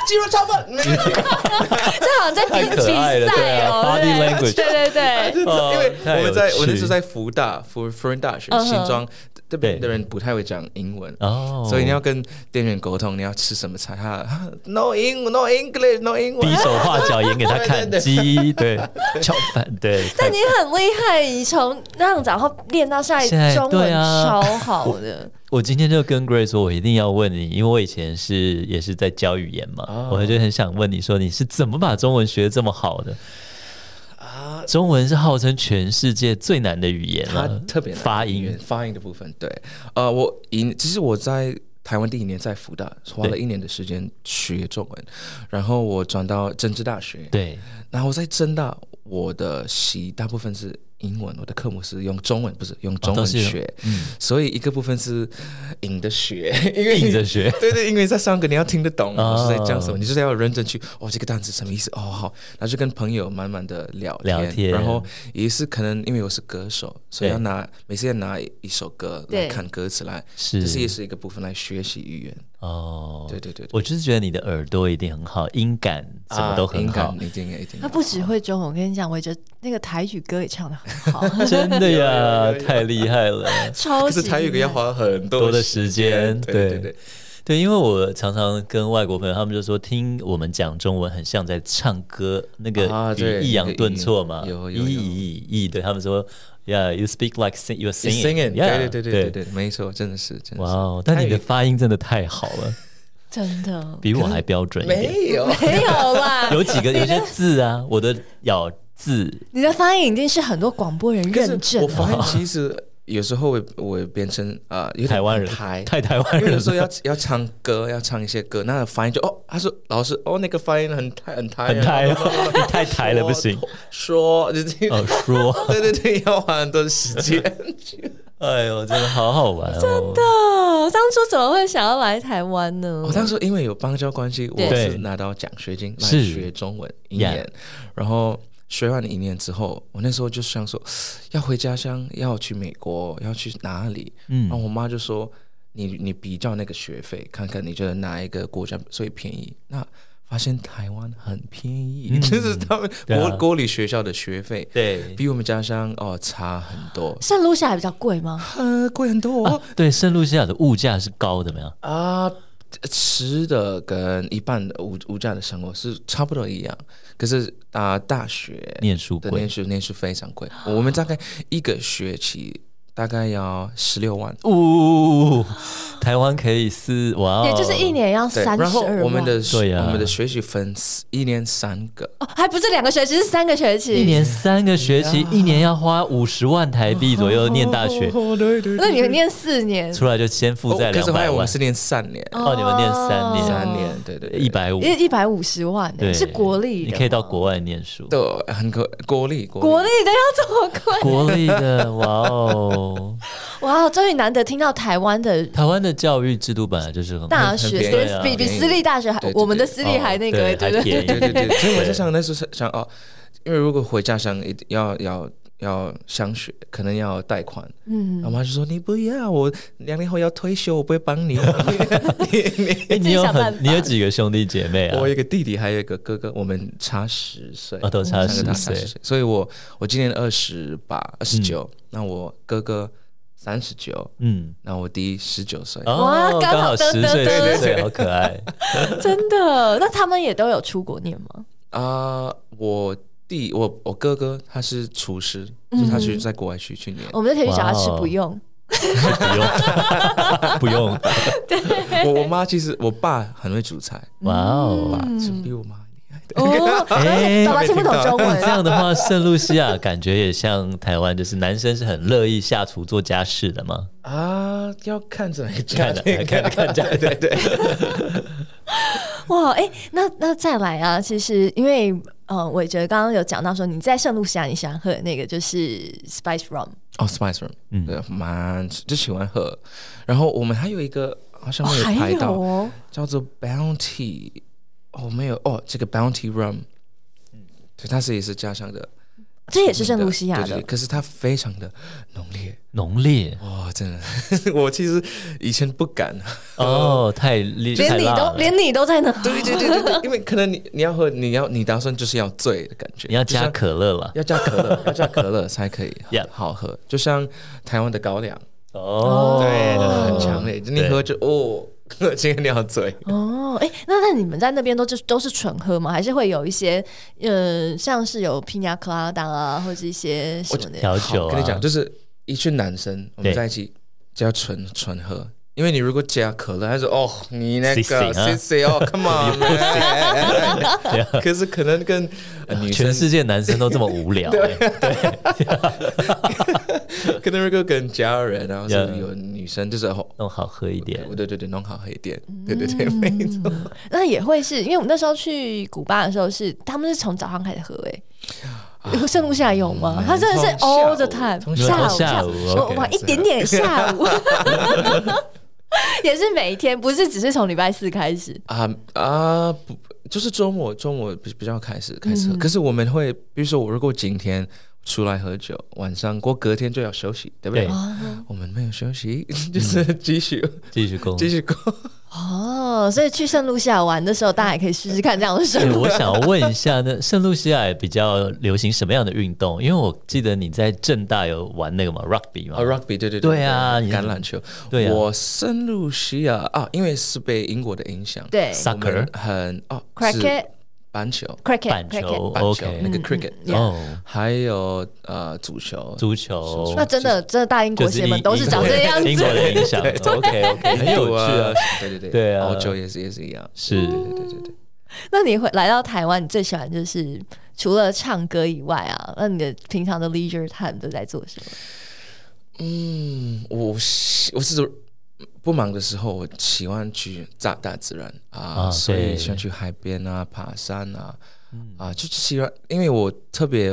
Speaker 3: 鸡肉炒饭，
Speaker 2: 这好像在比
Speaker 1: 太
Speaker 2: 比
Speaker 1: 可爱了对
Speaker 2: 赛
Speaker 1: 啊
Speaker 2: 哦
Speaker 1: body
Speaker 2: 对
Speaker 1: language
Speaker 2: 对对 对，
Speaker 1: 哦
Speaker 3: 因为
Speaker 1: 太
Speaker 3: 我
Speaker 1: 有
Speaker 3: 们在我那
Speaker 1: 趣
Speaker 3: 时候在福大福福仁大学
Speaker 2: 嗯哼
Speaker 3: 新庄这边
Speaker 1: 对
Speaker 3: 的人不太会讲英文。
Speaker 1: 哦，
Speaker 3: 所以你要跟店员沟通，你要吃什么菜？他啊 no 英 no English no 英
Speaker 1: 比
Speaker 3: 文，
Speaker 1: 手画脚演给他看，
Speaker 3: 对对
Speaker 1: 鸡 对，炒饭对。
Speaker 2: 但你很厉害，你从那样子然后练到现
Speaker 1: 现
Speaker 2: 在
Speaker 1: 在
Speaker 2: 中
Speaker 1: 对
Speaker 2: 文
Speaker 1: 啊
Speaker 2: 超好 的，
Speaker 1: 我今天就跟 Grace 说，我一定要问你，因为我以前是也是在教语言嘛，
Speaker 3: 哦
Speaker 1: 我就很想问你说你是怎么把中文学得这么好的？啊，中文是号称全世界最难的语言
Speaker 3: 他
Speaker 1: 了，
Speaker 3: 特别难
Speaker 1: 发
Speaker 3: 语
Speaker 1: 音
Speaker 3: 言发音的部分。对，呃，我一其实我在台湾第一年在福大花了
Speaker 1: 对
Speaker 3: 一年的时间学中文，然后我转到政治大学，
Speaker 1: 对
Speaker 3: 然后我在真大，我的习大部分是英文，我的科目是用中文，不是用中
Speaker 1: 啊
Speaker 3: 文
Speaker 1: 都是用嗯
Speaker 3: 学，所以一个部分是硬的学， 因为你
Speaker 1: 硬着学
Speaker 3: 对对，因为在上课你要听得懂
Speaker 1: 哦
Speaker 3: 老师在讲什么，你就是要认真去哦，这个单词什么意思？哦，好，然后就跟朋友慢慢的聊
Speaker 1: 聊天
Speaker 3: 然后也是可能因为我是歌手，所以
Speaker 1: 对
Speaker 3: 要拿每次要拿一首歌
Speaker 2: 对
Speaker 3: 来看歌词来，
Speaker 1: 是
Speaker 3: 这是也是一个部分来学习语言。
Speaker 1: 哦，
Speaker 3: 对对对对，
Speaker 1: 我就是觉得你的耳朵一定很好，音感什么都很好
Speaker 3: 啊，，一定一定
Speaker 2: 他不只会中文，我跟你讲，我觉得那个台语歌也唱的很好，
Speaker 1: 真 的呀，太厉害了。
Speaker 2: 超
Speaker 3: 可
Speaker 2: 级
Speaker 3: 是台语歌
Speaker 2: 厉
Speaker 3: 要
Speaker 2: 害
Speaker 3: 花很
Speaker 1: 多
Speaker 3: 多
Speaker 1: 的时
Speaker 3: 时
Speaker 1: 间
Speaker 3: 对
Speaker 1: 对
Speaker 3: 对对。
Speaker 1: 对，因为我常常跟外国朋友，他们就说听我们讲中文很像在唱歌，那个
Speaker 3: 啊对
Speaker 1: 语抑扬顿挫嘛，
Speaker 3: 那个语有
Speaker 1: 抑
Speaker 3: 有有
Speaker 1: 抑抑，对他们说，Yeah，you speak like sing, you're
Speaker 3: You're
Speaker 1: singing，yeah，
Speaker 3: 对对对对对，没错，真的是，真的是。
Speaker 1: 哇哦！但你的发音真的太好了，
Speaker 2: 真的
Speaker 1: 比我还标准一点。
Speaker 3: 没有，
Speaker 2: 没有啦，
Speaker 1: 有几个有些字啊，我的咬字
Speaker 2: 你的发音已经是很多广播人认啊
Speaker 3: 可是
Speaker 2: 证
Speaker 3: 我
Speaker 2: 了。
Speaker 3: 发现其实有时候我我也变成啊，有点
Speaker 1: 台湾人
Speaker 3: 台。
Speaker 1: 太台湾
Speaker 3: 因为
Speaker 1: 人
Speaker 3: 有时候
Speaker 1: 了，
Speaker 3: 要要唱歌，要唱一些歌，那发音就哦，他说老师哦，那个发音很台很台啊
Speaker 1: 很台哦，你太台了不行。，
Speaker 3: 说就这
Speaker 1: 哦，说，
Speaker 3: 对对对，要花很多时间。
Speaker 1: 哎呦，真的好好玩哦！真的，
Speaker 2: 哦，当初怎么会想要来台湾呢
Speaker 3: 我？哦当时因为有邦交关系，我
Speaker 2: 对
Speaker 1: 对
Speaker 3: 是拿到奖学金来
Speaker 1: 是
Speaker 3: 学中文一
Speaker 1: Yeah
Speaker 3: 年，然后学完一年之后，我那时候就想说，要回家乡，要去美国，要去哪里？
Speaker 1: 嗯
Speaker 3: 然后我妈就说，你你比较那个学费，看看你觉得哪一个国家最便宜？那发现台湾很便宜， 就是他们
Speaker 1: 嗯对啊
Speaker 3: 国国立学校的学费，
Speaker 1: 对
Speaker 3: 比我们家乡哦差很多，
Speaker 2: 圣卢西还比较贵吗？
Speaker 3: 呃，贵很多哦。
Speaker 1: 啊对，圣露西亚的物价是高的，没有？
Speaker 3: 啊，吃的跟一般的物物价的生活是差不多一样，可是啊、大学
Speaker 1: 念书
Speaker 3: 的
Speaker 1: 贵
Speaker 3: 念书念书非常贵，我们大概一个学期大概要十六万。
Speaker 1: 呜呜呜呜！台湾可以四哇、哦，
Speaker 2: 也就是一年要
Speaker 3: 对，
Speaker 2: 三十
Speaker 3: 然后
Speaker 2: 二万。
Speaker 3: 我们的
Speaker 1: 对呀
Speaker 3: 我们的学习分四一年三个，
Speaker 2: 哦，还不是两个学期，是三个学期。
Speaker 1: 一年三个学期，一年要花五十万台币左右念大 学，
Speaker 3: 哦对对
Speaker 2: 那你们念四年，
Speaker 1: 出来就先负债
Speaker 3: 哦可
Speaker 1: 两
Speaker 3: 是后来
Speaker 1: 百
Speaker 3: 我
Speaker 1: 万
Speaker 3: 们。是念三年，
Speaker 1: 哦，你们念三年，
Speaker 3: 三年，对对对，
Speaker 1: 一百五，
Speaker 2: 一一百五十万欸、
Speaker 1: 对，
Speaker 2: 是国立的
Speaker 1: 你
Speaker 2: 吗
Speaker 1: 可以到国外念书，
Speaker 3: 对，很可国立国
Speaker 2: 国立的要这么贵？
Speaker 1: 国立的，哇哦！
Speaker 2: 哇，终于难得听到台湾的
Speaker 1: 台湾的教育制度本来就是很
Speaker 2: 大
Speaker 3: 很
Speaker 2: 学，
Speaker 3: 便宜
Speaker 2: 对
Speaker 1: 啊
Speaker 2: 比比
Speaker 3: 便宜
Speaker 2: 私立大学还
Speaker 3: 对，对
Speaker 2: 我们的
Speaker 3: 对
Speaker 2: 私立还那个，
Speaker 1: 哦对
Speaker 2: 对不
Speaker 1: 还
Speaker 2: 对？
Speaker 1: 便宜，
Speaker 3: 对对对，所以我就想那时候想哦，因为如果回家乡一定要要要上学，可能要贷款，
Speaker 2: 嗯
Speaker 3: 然后我妈就说你不要，我两年后要退休，我不会帮 你。
Speaker 1: 哎，你有
Speaker 2: 自己想办法
Speaker 1: 很你有几个兄弟姐妹啊
Speaker 3: 我有？一个弟弟，还有一个哥哥，我们差十岁，
Speaker 1: 啊，都差
Speaker 3: 三
Speaker 1: 十
Speaker 3: 个差
Speaker 1: 岁
Speaker 3: 十，岁，所以我我今年二十八、二十九，那我哥哥三十九，
Speaker 1: 嗯，
Speaker 3: 那我弟十九岁。
Speaker 2: 哇
Speaker 1: 哦，
Speaker 2: 刚好
Speaker 1: 刚好
Speaker 2: 得
Speaker 1: 十
Speaker 2: 得
Speaker 1: 岁
Speaker 2: 得
Speaker 1: 十岁，好可爱。
Speaker 2: 真的。那他们也都有出国念吗？
Speaker 3: 啊、我弟我我哥哥他是厨师，就他去在国外去去年，
Speaker 2: 我们就可以去找他吃
Speaker 1: 哇哦
Speaker 2: 不用。
Speaker 1: 不用， 不用，
Speaker 3: 我我妈其实我爸很会煮菜，
Speaker 1: 哇
Speaker 3: 我
Speaker 1: 哦！
Speaker 3: 爸是比我妈厉害的。
Speaker 2: 哦，
Speaker 1: 哎
Speaker 2: 爸爸听不懂中文
Speaker 3: 啊
Speaker 1: 那 这样的话，圣露西亚感觉也像台湾，就是男生是很乐意下厨做家事的 嘛。
Speaker 3: 啊，要看着来家
Speaker 1: 看着
Speaker 3: 庭，
Speaker 1: 看着看着，
Speaker 3: 对对，
Speaker 2: 哇，哎、那那再来啊，其实因为呃，伟哲刚刚有讲到说你在圣露西亚你想喝的那个就是 Spice Rum，
Speaker 3: 哦，spice room，
Speaker 1: 嗯
Speaker 3: 对，蛮就喜欢喝。然后我们还有一个好像
Speaker 2: 哦
Speaker 3: 没有
Speaker 2: 还
Speaker 3: 拍
Speaker 2: 有
Speaker 3: 到，
Speaker 2: 哦，
Speaker 3: 叫做 Bounty，哦，没有哦，这个 Bounty Rum，对，它是也是家乡的，
Speaker 2: 这也是圣露西亚
Speaker 3: 对对
Speaker 2: 的
Speaker 3: 对，可是它非常的浓烈，
Speaker 1: 浓烈
Speaker 3: 哇、真的， 我其实以前不敢，啊
Speaker 1: 哦，
Speaker 3: 嗯
Speaker 1: 太烈，
Speaker 2: 连
Speaker 1: 太
Speaker 2: 你
Speaker 1: 辣
Speaker 2: 都
Speaker 1: 了。
Speaker 2: 连你都在那，
Speaker 3: 对对对对对，因为可能你你要喝，你要你打算就是要醉的感觉，
Speaker 1: 你要
Speaker 3: 就
Speaker 1: 加
Speaker 3: 像
Speaker 1: 可乐了
Speaker 3: 要加可乐，要加可乐才可以
Speaker 1: Yeah
Speaker 3: 好喝，就像台湾的高粱，
Speaker 1: 哦，
Speaker 3: 对，很
Speaker 1: 强。
Speaker 3: 强烈，欸就你喝就哦， 今天你要醉，
Speaker 2: 哦，哎、那那你们在那边都就都是纯喝吗？还是会有一些呃，像是有 Pina Colada 啊，或者一些什么的？
Speaker 1: 调
Speaker 3: 好
Speaker 1: 酒啊，
Speaker 3: 跟你讲，就是一群男生我们
Speaker 1: 对
Speaker 3: 在一起就要纯纯喝。因为你如果加可乐，他说哦，你那
Speaker 1: 谢谢
Speaker 3: 个
Speaker 1: 啊
Speaker 3: 谢谢哦，Come on，man 可是可能跟呃女生
Speaker 1: 全，世界男生都这么无 聊、欸，
Speaker 3: 可能如果跟家人，然后是
Speaker 1: Yeah
Speaker 3: 有女生，就是哦，
Speaker 1: 弄好喝一点。
Speaker 3: 对对对，弄好喝一点，对对对，没错。
Speaker 2: 那也会是因为我们那时候去古巴的时候是，他们是从早上开始喝、
Speaker 1: 啊
Speaker 2: 哎、圣露西亚有吗？
Speaker 1: 嗯
Speaker 2: 他真的是
Speaker 3: 从下
Speaker 2: all the
Speaker 3: 午
Speaker 2: time，
Speaker 3: 从
Speaker 1: 下午
Speaker 2: 下
Speaker 1: 下午
Speaker 2: 我
Speaker 1: OK，
Speaker 2: 哇一点点下午， 也是每一天，不是只是从礼拜四开始。
Speaker 3: 啊啊，不，就是周末周末比比较开始开
Speaker 2: 嗯
Speaker 3: 始喝，可是我们会，比如说我如果今天出来喝酒，晚上过隔天就要休息，对不对？
Speaker 1: 对
Speaker 2: 哦
Speaker 1: 嗯哦
Speaker 3: 我们没有休息， 就是继续
Speaker 1: 继续攻。
Speaker 3: 继续过。
Speaker 2: 哦，所以去圣露西亚玩的时候，大家也可以试试看这样的生
Speaker 1: 对，
Speaker 2: 活。
Speaker 1: 哎我想问一下，那圣露西亚比较流行什么样的运动？因为我记得你在正大有玩那个嘛，rugby 嘛
Speaker 3: 啊。，rugby，对对
Speaker 1: 对啊你
Speaker 3: 橄榄球，
Speaker 1: 对啊
Speaker 3: 我圣露西亚啊，因为是被英国的影响，
Speaker 2: 对
Speaker 3: 我们
Speaker 1: Soccer
Speaker 3: 很哦是
Speaker 2: Cricket
Speaker 3: 板球，
Speaker 2: cricket
Speaker 1: 板球
Speaker 2: cricket
Speaker 3: 板
Speaker 1: 哦
Speaker 3: 球
Speaker 1: OK
Speaker 3: 那个 cricket，
Speaker 2: 嗯 Yeah
Speaker 1: 哦，
Speaker 3: 还有呃足球，
Speaker 1: 足球
Speaker 2: 那真的，真的大英国
Speaker 1: 哦就是
Speaker 2: 鞋们
Speaker 1: 英
Speaker 2: 都是长这样
Speaker 1: 英国
Speaker 2: 子。
Speaker 1: 的影响。OK OK，很有
Speaker 3: 印度
Speaker 1: 趣啊。，
Speaker 3: 对对对
Speaker 1: 对啊
Speaker 3: 澳洲也是也是一样，
Speaker 1: 是
Speaker 3: 对对对对对。
Speaker 2: 那你会来到台湾，你最喜欢就是除了唱歌以外啊，那你的平常的 leisure time 都在做什么？
Speaker 3: 嗯，我喜我是不忙的时候，我喜欢去大大自然啊，
Speaker 1: 啊
Speaker 3: 所以
Speaker 1: 对
Speaker 3: 喜欢去海边啊、爬山啊，啊，就喜欢，因为我特别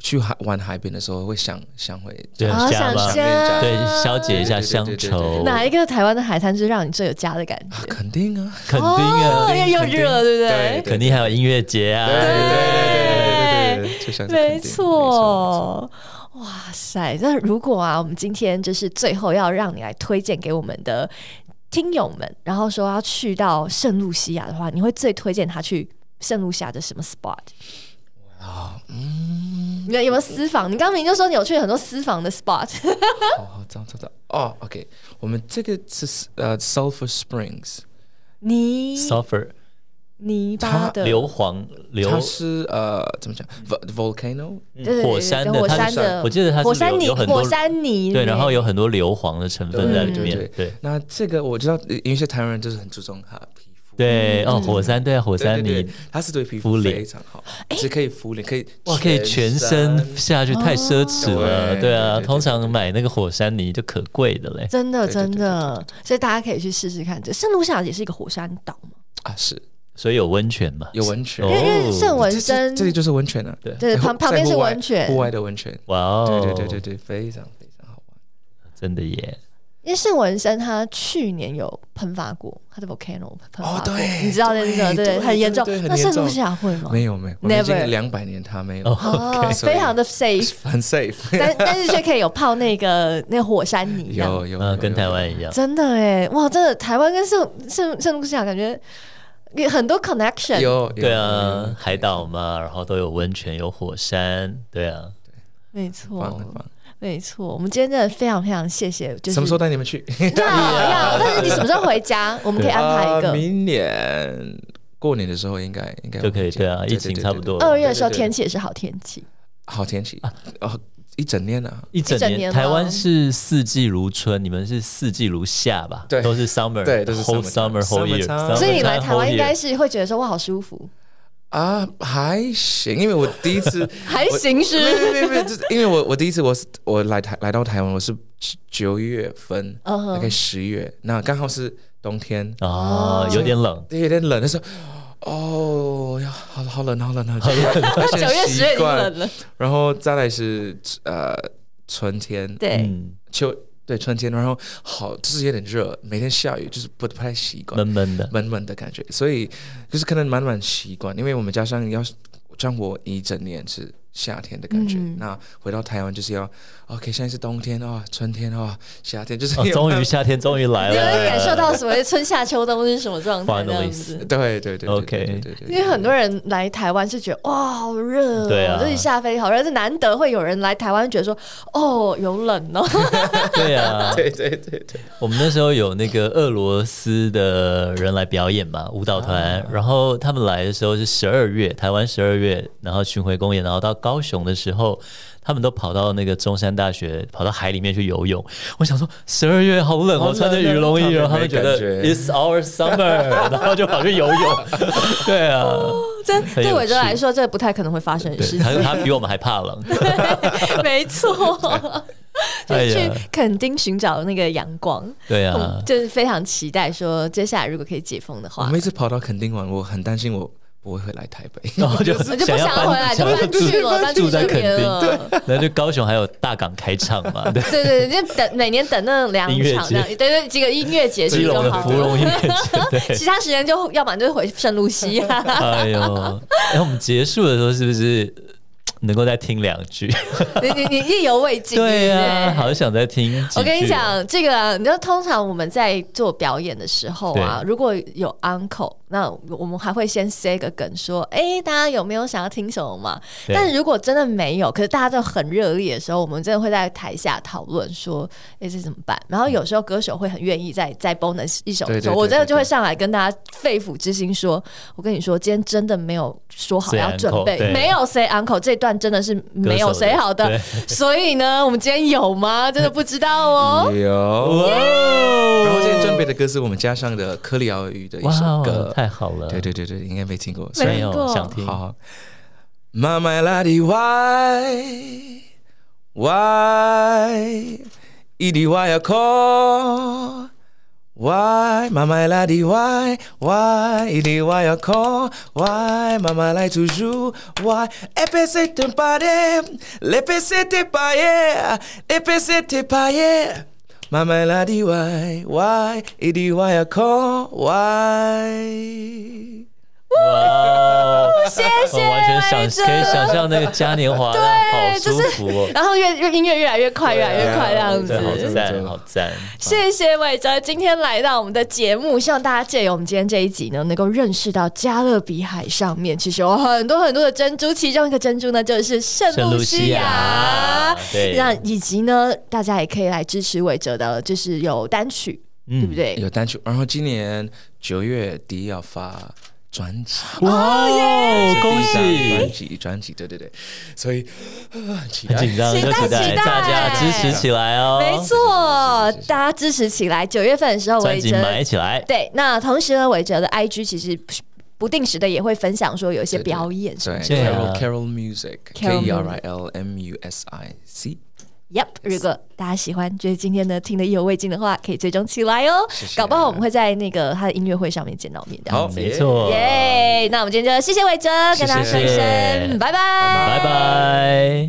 Speaker 3: 去海玩海边的时候，会想想回
Speaker 1: 对
Speaker 3: 家，
Speaker 2: 好
Speaker 1: 家
Speaker 2: 想
Speaker 1: 嘛
Speaker 2: 家，
Speaker 1: 对，消解一下乡愁。
Speaker 2: 哪一个台湾的海滩是让你最有家的感
Speaker 3: 啊
Speaker 2: 觉？
Speaker 3: 肯定啊，
Speaker 1: 肯定啊
Speaker 2: 哦，，因为又热，对不对？
Speaker 1: 肯定还有音乐节啊。
Speaker 3: 对对对对对对，就像是肯定
Speaker 2: 没错，哇塞！那如果啊，我们今天就是最后要让你来推荐给我们的听友们，然后说要去到圣露西亚的话，你会最推荐他去圣露西亚的什么 spot？嗯，你有没有私房？你刚明就说你有去很多私房的 spot，
Speaker 3: 好好，找找找哦，OK，我们这个是呃 Sulphur Springs，
Speaker 2: 泥
Speaker 1: Suffer
Speaker 2: 泥巴的
Speaker 1: 硫磺硫
Speaker 3: 它是呃怎么讲，vol-，volcano
Speaker 2: 对对对
Speaker 1: 火山的，
Speaker 2: 火
Speaker 1: 它
Speaker 2: 山
Speaker 1: 是
Speaker 2: 的，
Speaker 1: 我记得它是
Speaker 2: 火山
Speaker 1: 有
Speaker 2: 泥，
Speaker 1: 有很多
Speaker 2: 火山泥
Speaker 1: 对，然后有很多硫磺的成分在里
Speaker 3: 对对
Speaker 1: 面。对
Speaker 3: 那这个我知道，呃有一些台湾人就是很注重他皮肤，
Speaker 1: 对，
Speaker 2: 嗯
Speaker 1: 哦，火山对啊，火
Speaker 3: 对
Speaker 1: 山泥
Speaker 3: 对对，它是对皮
Speaker 1: 敷
Speaker 3: 肤
Speaker 1: 脸
Speaker 3: 非常好，是可以敷脸，可以
Speaker 1: 哇，可以全身下去，太奢侈了。
Speaker 3: 哦对
Speaker 1: 对啊，
Speaker 3: 对对
Speaker 1: 通常买那个火山泥就可贵的嘞。
Speaker 2: 真的
Speaker 3: 对对
Speaker 2: 真
Speaker 3: 对
Speaker 2: 的，所以大家可以去试试看。这圣露西亚也是一个火山岛嘛，
Speaker 3: 啊，是
Speaker 1: 所以有温泉嘛？
Speaker 3: 有温泉
Speaker 1: 哦
Speaker 2: 因，为因为圣文
Speaker 3: 这这
Speaker 2: 森
Speaker 3: 这里就是温泉啊，对
Speaker 2: 对旁旁边是温泉
Speaker 3: 户外的温泉，
Speaker 1: 哇哦，
Speaker 3: 对对对对对，非常非常好玩。
Speaker 1: 真的耶！
Speaker 2: 因为盛文生他去年有喷发过，他的 volcano 喷发过，
Speaker 3: 哦对
Speaker 2: 你知道那是什么？
Speaker 3: 对对
Speaker 2: 很严重。
Speaker 3: 对对很
Speaker 2: 那
Speaker 3: 严
Speaker 2: 圣
Speaker 3: 重
Speaker 2: 露西亚会吗？
Speaker 3: 没有没有，我们已
Speaker 2: Never
Speaker 3: 经两百年他没有，
Speaker 2: 哦，
Speaker 3: 所以
Speaker 2: 非常的 safe，
Speaker 3: 很 safe。
Speaker 2: 但但是却可以有泡那个那火山泥这样，
Speaker 3: 有有
Speaker 1: 嗯，
Speaker 3: 有
Speaker 1: 跟
Speaker 3: 有
Speaker 1: 台湾一样。
Speaker 2: 真的哎，哇，真的台湾跟圣圣圣露西亚感觉有很多 connection，
Speaker 3: 有有
Speaker 1: 对
Speaker 3: 有
Speaker 1: 啊
Speaker 3: 有，
Speaker 1: 海岛嘛，然后都有温泉，有火山，对啊，
Speaker 2: 没
Speaker 3: 棒
Speaker 2: 错
Speaker 3: 很，棒。
Speaker 2: 没错。我们今天真的非常非常谢谢，就是
Speaker 3: 什么时候带你们去？
Speaker 2: 对啊，要但是你什么时候回家，我们可以安排一
Speaker 3: 啊
Speaker 2: 个。
Speaker 3: 明年过年的时候应该应该
Speaker 1: 就可以，对啊，
Speaker 3: 对
Speaker 1: 疫
Speaker 3: 对
Speaker 1: 情
Speaker 3: 对
Speaker 1: 差不
Speaker 3: 对
Speaker 1: 多啊
Speaker 2: 二
Speaker 1: 了，
Speaker 2: 月的时候
Speaker 3: 对对对
Speaker 2: 天气也是好天气，
Speaker 3: 好天气哦，一整年啊。
Speaker 1: 一整
Speaker 2: 一整
Speaker 1: 年
Speaker 2: 年
Speaker 1: 台
Speaker 2: 吗
Speaker 1: 湾是四季如春，你们是四季如夏吧？
Speaker 3: 对
Speaker 1: 都是 summer，
Speaker 3: 对都是
Speaker 1: whole
Speaker 3: summertime
Speaker 1: summer whole year，
Speaker 3: summertime
Speaker 2: 所以你来台湾应该
Speaker 1: 是
Speaker 2: 是会觉得说哇好舒服，
Speaker 3: 啊，还行，因为我第 一次
Speaker 2: 还行
Speaker 3: 没有没
Speaker 2: 是
Speaker 3: 有没有没有，就是因为我我第一次我是我来台来到台湾，我是九月份，
Speaker 2: 嗯哼
Speaker 3: 大概十月，那刚好是冬天，
Speaker 1: 啊，有点冷，
Speaker 3: 有点冷的时候。哦呀，好好冷，好冷，好冷，而且
Speaker 2: 九月十月已
Speaker 3: 习
Speaker 2: 经
Speaker 3: 惯
Speaker 2: 冷了，
Speaker 3: 然后再来是呃春天，
Speaker 2: 对，
Speaker 1: 嗯，
Speaker 3: 秋对春天，然后好就是有点热，每天下雨，就是不不太习惯
Speaker 1: 闷闷的，
Speaker 3: 闷闷的感觉，所以就是可能慢慢习惯，因为我们加上要像我一整年是夏天的感觉，
Speaker 2: 嗯
Speaker 3: 那回到台湾就是要 OK，现在是冬天啊、春天啊、夏天， 就是
Speaker 1: 哦
Speaker 3: 要
Speaker 1: 终于夏天终于来
Speaker 2: 你
Speaker 1: 了，
Speaker 2: 会感受到所谓春夏秋冬是什么状态
Speaker 1: Finally
Speaker 2: 这样子。
Speaker 3: 对对对对
Speaker 1: OK
Speaker 3: 对对对对
Speaker 2: 因为很多人来台湾是觉得哇好热、哦，
Speaker 1: 对啊
Speaker 2: 就是下飞机好热，但是难得会有人来台湾觉得说哦有冷哦，
Speaker 1: 对啊，
Speaker 3: 对对对对，
Speaker 1: 我们那时候有那个俄罗斯的人来表演嘛，舞蹈
Speaker 3: 啊
Speaker 1: 团，然后他们来的时候是十二月，台湾十二月，然后巡回公演，然后到高雄的时候，他们都跑到那个中山大学，跑到海里面去游泳。我想说，十二月好冷哦，
Speaker 3: 好冷
Speaker 1: 穿着羽绒衣，
Speaker 3: 啊
Speaker 1: 然后他们觉得
Speaker 3: 他们没感
Speaker 1: it's
Speaker 3: 觉
Speaker 1: our summer，然后就跑去游泳。对啊，
Speaker 3: 哦
Speaker 2: 这
Speaker 1: 很有
Speaker 2: 对伟
Speaker 1: 趣
Speaker 2: 哲来说这不太可能会发生的事
Speaker 1: 对，
Speaker 2: 情，
Speaker 1: 他他比我们还怕冷。
Speaker 2: 没错，就
Speaker 1: 哎
Speaker 2: 是去
Speaker 1: 呀
Speaker 2: 垦丁寻找那个阳光，
Speaker 1: 对啊
Speaker 3: 哦
Speaker 2: 嗯，就是非常期待说接下来如果可以解封的
Speaker 3: 我
Speaker 2: 话
Speaker 3: 每。次跑到垦丁玩，我很担心我不会回来台北。
Speaker 1: 然后就
Speaker 2: 我就不想要
Speaker 1: 搬
Speaker 2: 回来，就
Speaker 1: 想要
Speaker 2: 搬
Speaker 1: 住
Speaker 2: 去了，搬去
Speaker 1: 住在
Speaker 2: 这
Speaker 1: 垦
Speaker 2: 边
Speaker 1: 丁，
Speaker 2: 了。
Speaker 1: 然后就高雄还有大港开唱嘛，对。
Speaker 2: 对对对，就等每年等那两
Speaker 1: 音乐
Speaker 2: 场
Speaker 1: 节
Speaker 2: 这样，对对，几个音乐节
Speaker 1: 基
Speaker 2: 日
Speaker 1: 隆
Speaker 2: 就
Speaker 1: 的
Speaker 2: 好
Speaker 1: 芙蓉音乐 节，对，
Speaker 2: 其他时间就要不然就回圣露西啊亚。
Speaker 1: 哎呦，哎，我们结束的时候是不是呃能够再听两句？
Speaker 2: 你你你意犹未尽，
Speaker 1: 对啊
Speaker 2: 对
Speaker 1: 呀、
Speaker 2: 不对
Speaker 1: 好想再听几句。
Speaker 2: 我跟你，讲，这个啊你知道，通常我们在做表演的时候啊，
Speaker 1: 对
Speaker 2: 如果有 uncle，那我们还会先塞个梗，说：“哎，大家有没有想要听什么嘛？”
Speaker 1: 对
Speaker 2: 但如果真的没有，可是大家都很热烈的时候，我们真的会在台下讨论说：“哎，这怎么
Speaker 1: 嗯
Speaker 2: 办？”然后有时候歌手会很愿意再再 bonus 一首
Speaker 3: 对对
Speaker 2: 的时候，
Speaker 3: 对
Speaker 2: 我真的
Speaker 3: 对
Speaker 2: 就会
Speaker 3: 对
Speaker 2: 上来跟大家肺腑之心说：“我跟你说，今天真的没有说好
Speaker 1: Say
Speaker 2: 要准
Speaker 1: uncle，
Speaker 2: 备，
Speaker 1: 对
Speaker 2: 没有 say uncle 这段真的是没有
Speaker 1: 歌手的
Speaker 2: say 好的。”
Speaker 1: 对
Speaker 2: 所以呢，我们今天有吗？真的不知道哦。
Speaker 3: 有，
Speaker 1: 哇哦，
Speaker 3: 然后今天准备的歌是我们加上的科里奥语的一
Speaker 1: 哇
Speaker 3: 首
Speaker 1: 哦
Speaker 3: 歌，，
Speaker 1: 太好了，
Speaker 3: 对对对对，应该没听过，
Speaker 2: 没
Speaker 3: 所以
Speaker 1: 没有
Speaker 2: 听过
Speaker 1: 想听，
Speaker 3: 好，My my lady why why 一滴 why 要 call why my my lady why why 一滴 why 要 call why 妈妈来煮煮 why EPC 的巴耶，EPC 的巴耶，EPC 的巴耶。妈妈拉的 why why 一滴 why 要 call why。
Speaker 1: 哇哦，
Speaker 2: 谢谢，
Speaker 1: 我完全想可以想象那个嘉年华，好舒
Speaker 2: 就是
Speaker 1: 服哦，
Speaker 2: 然后越越音乐越来越快，越来越快这样
Speaker 1: 啊对，好
Speaker 2: 子。
Speaker 1: 赞，好赞，
Speaker 2: 谢谢伟哲今天来到我们的节目，希望大家借由我们今天这一集呢，能够认识到加勒比海上面其实有很多很多的珍珠，其中一个珍珠呢就是圣
Speaker 1: 圣
Speaker 2: 露
Speaker 1: 露西
Speaker 2: 西亚
Speaker 1: 亚。，对，
Speaker 2: 那以及呢，大家也可以来支持伟哲的，就是有单曲，
Speaker 1: 嗯
Speaker 2: 对不对？
Speaker 3: 有单曲，然后今年九月底要发专辑，
Speaker 1: 哇哦，恭
Speaker 3: 专
Speaker 1: 喜！
Speaker 3: 辑专辑，对对对，所以呃很期
Speaker 1: 很
Speaker 3: 待。
Speaker 1: 紧张，
Speaker 2: 期
Speaker 1: 又
Speaker 2: 待
Speaker 1: 期
Speaker 2: 期
Speaker 1: 待，
Speaker 2: 待
Speaker 1: 大家支持起来哦！
Speaker 2: 没错，大家支持起来。九月份的时候，
Speaker 1: 专
Speaker 2: 伟
Speaker 1: 辑
Speaker 2: 哲
Speaker 1: 买起来，
Speaker 2: 对，那同时呢，伟哲的 IG 其实不定时的也会分享说有一些
Speaker 3: 对对
Speaker 2: 表演什
Speaker 3: 对
Speaker 2: 么之类
Speaker 1: 对啊
Speaker 3: ，Carol Carol Music
Speaker 2: Carol
Speaker 3: K E R I L M U S I C，
Speaker 2: 的。Yep，如果大家喜欢，觉得今天呢听得意犹未尽的话，可以追踪起来哦。
Speaker 3: 谢
Speaker 2: 搞不好我们会在那个他的音乐会上面见到面的。
Speaker 3: 好，
Speaker 1: 没，错，
Speaker 2: 耶那我们今天就谢谢伟哲，跟大家说一
Speaker 1: 谢谢
Speaker 2: 声拜拜
Speaker 1: 拜拜。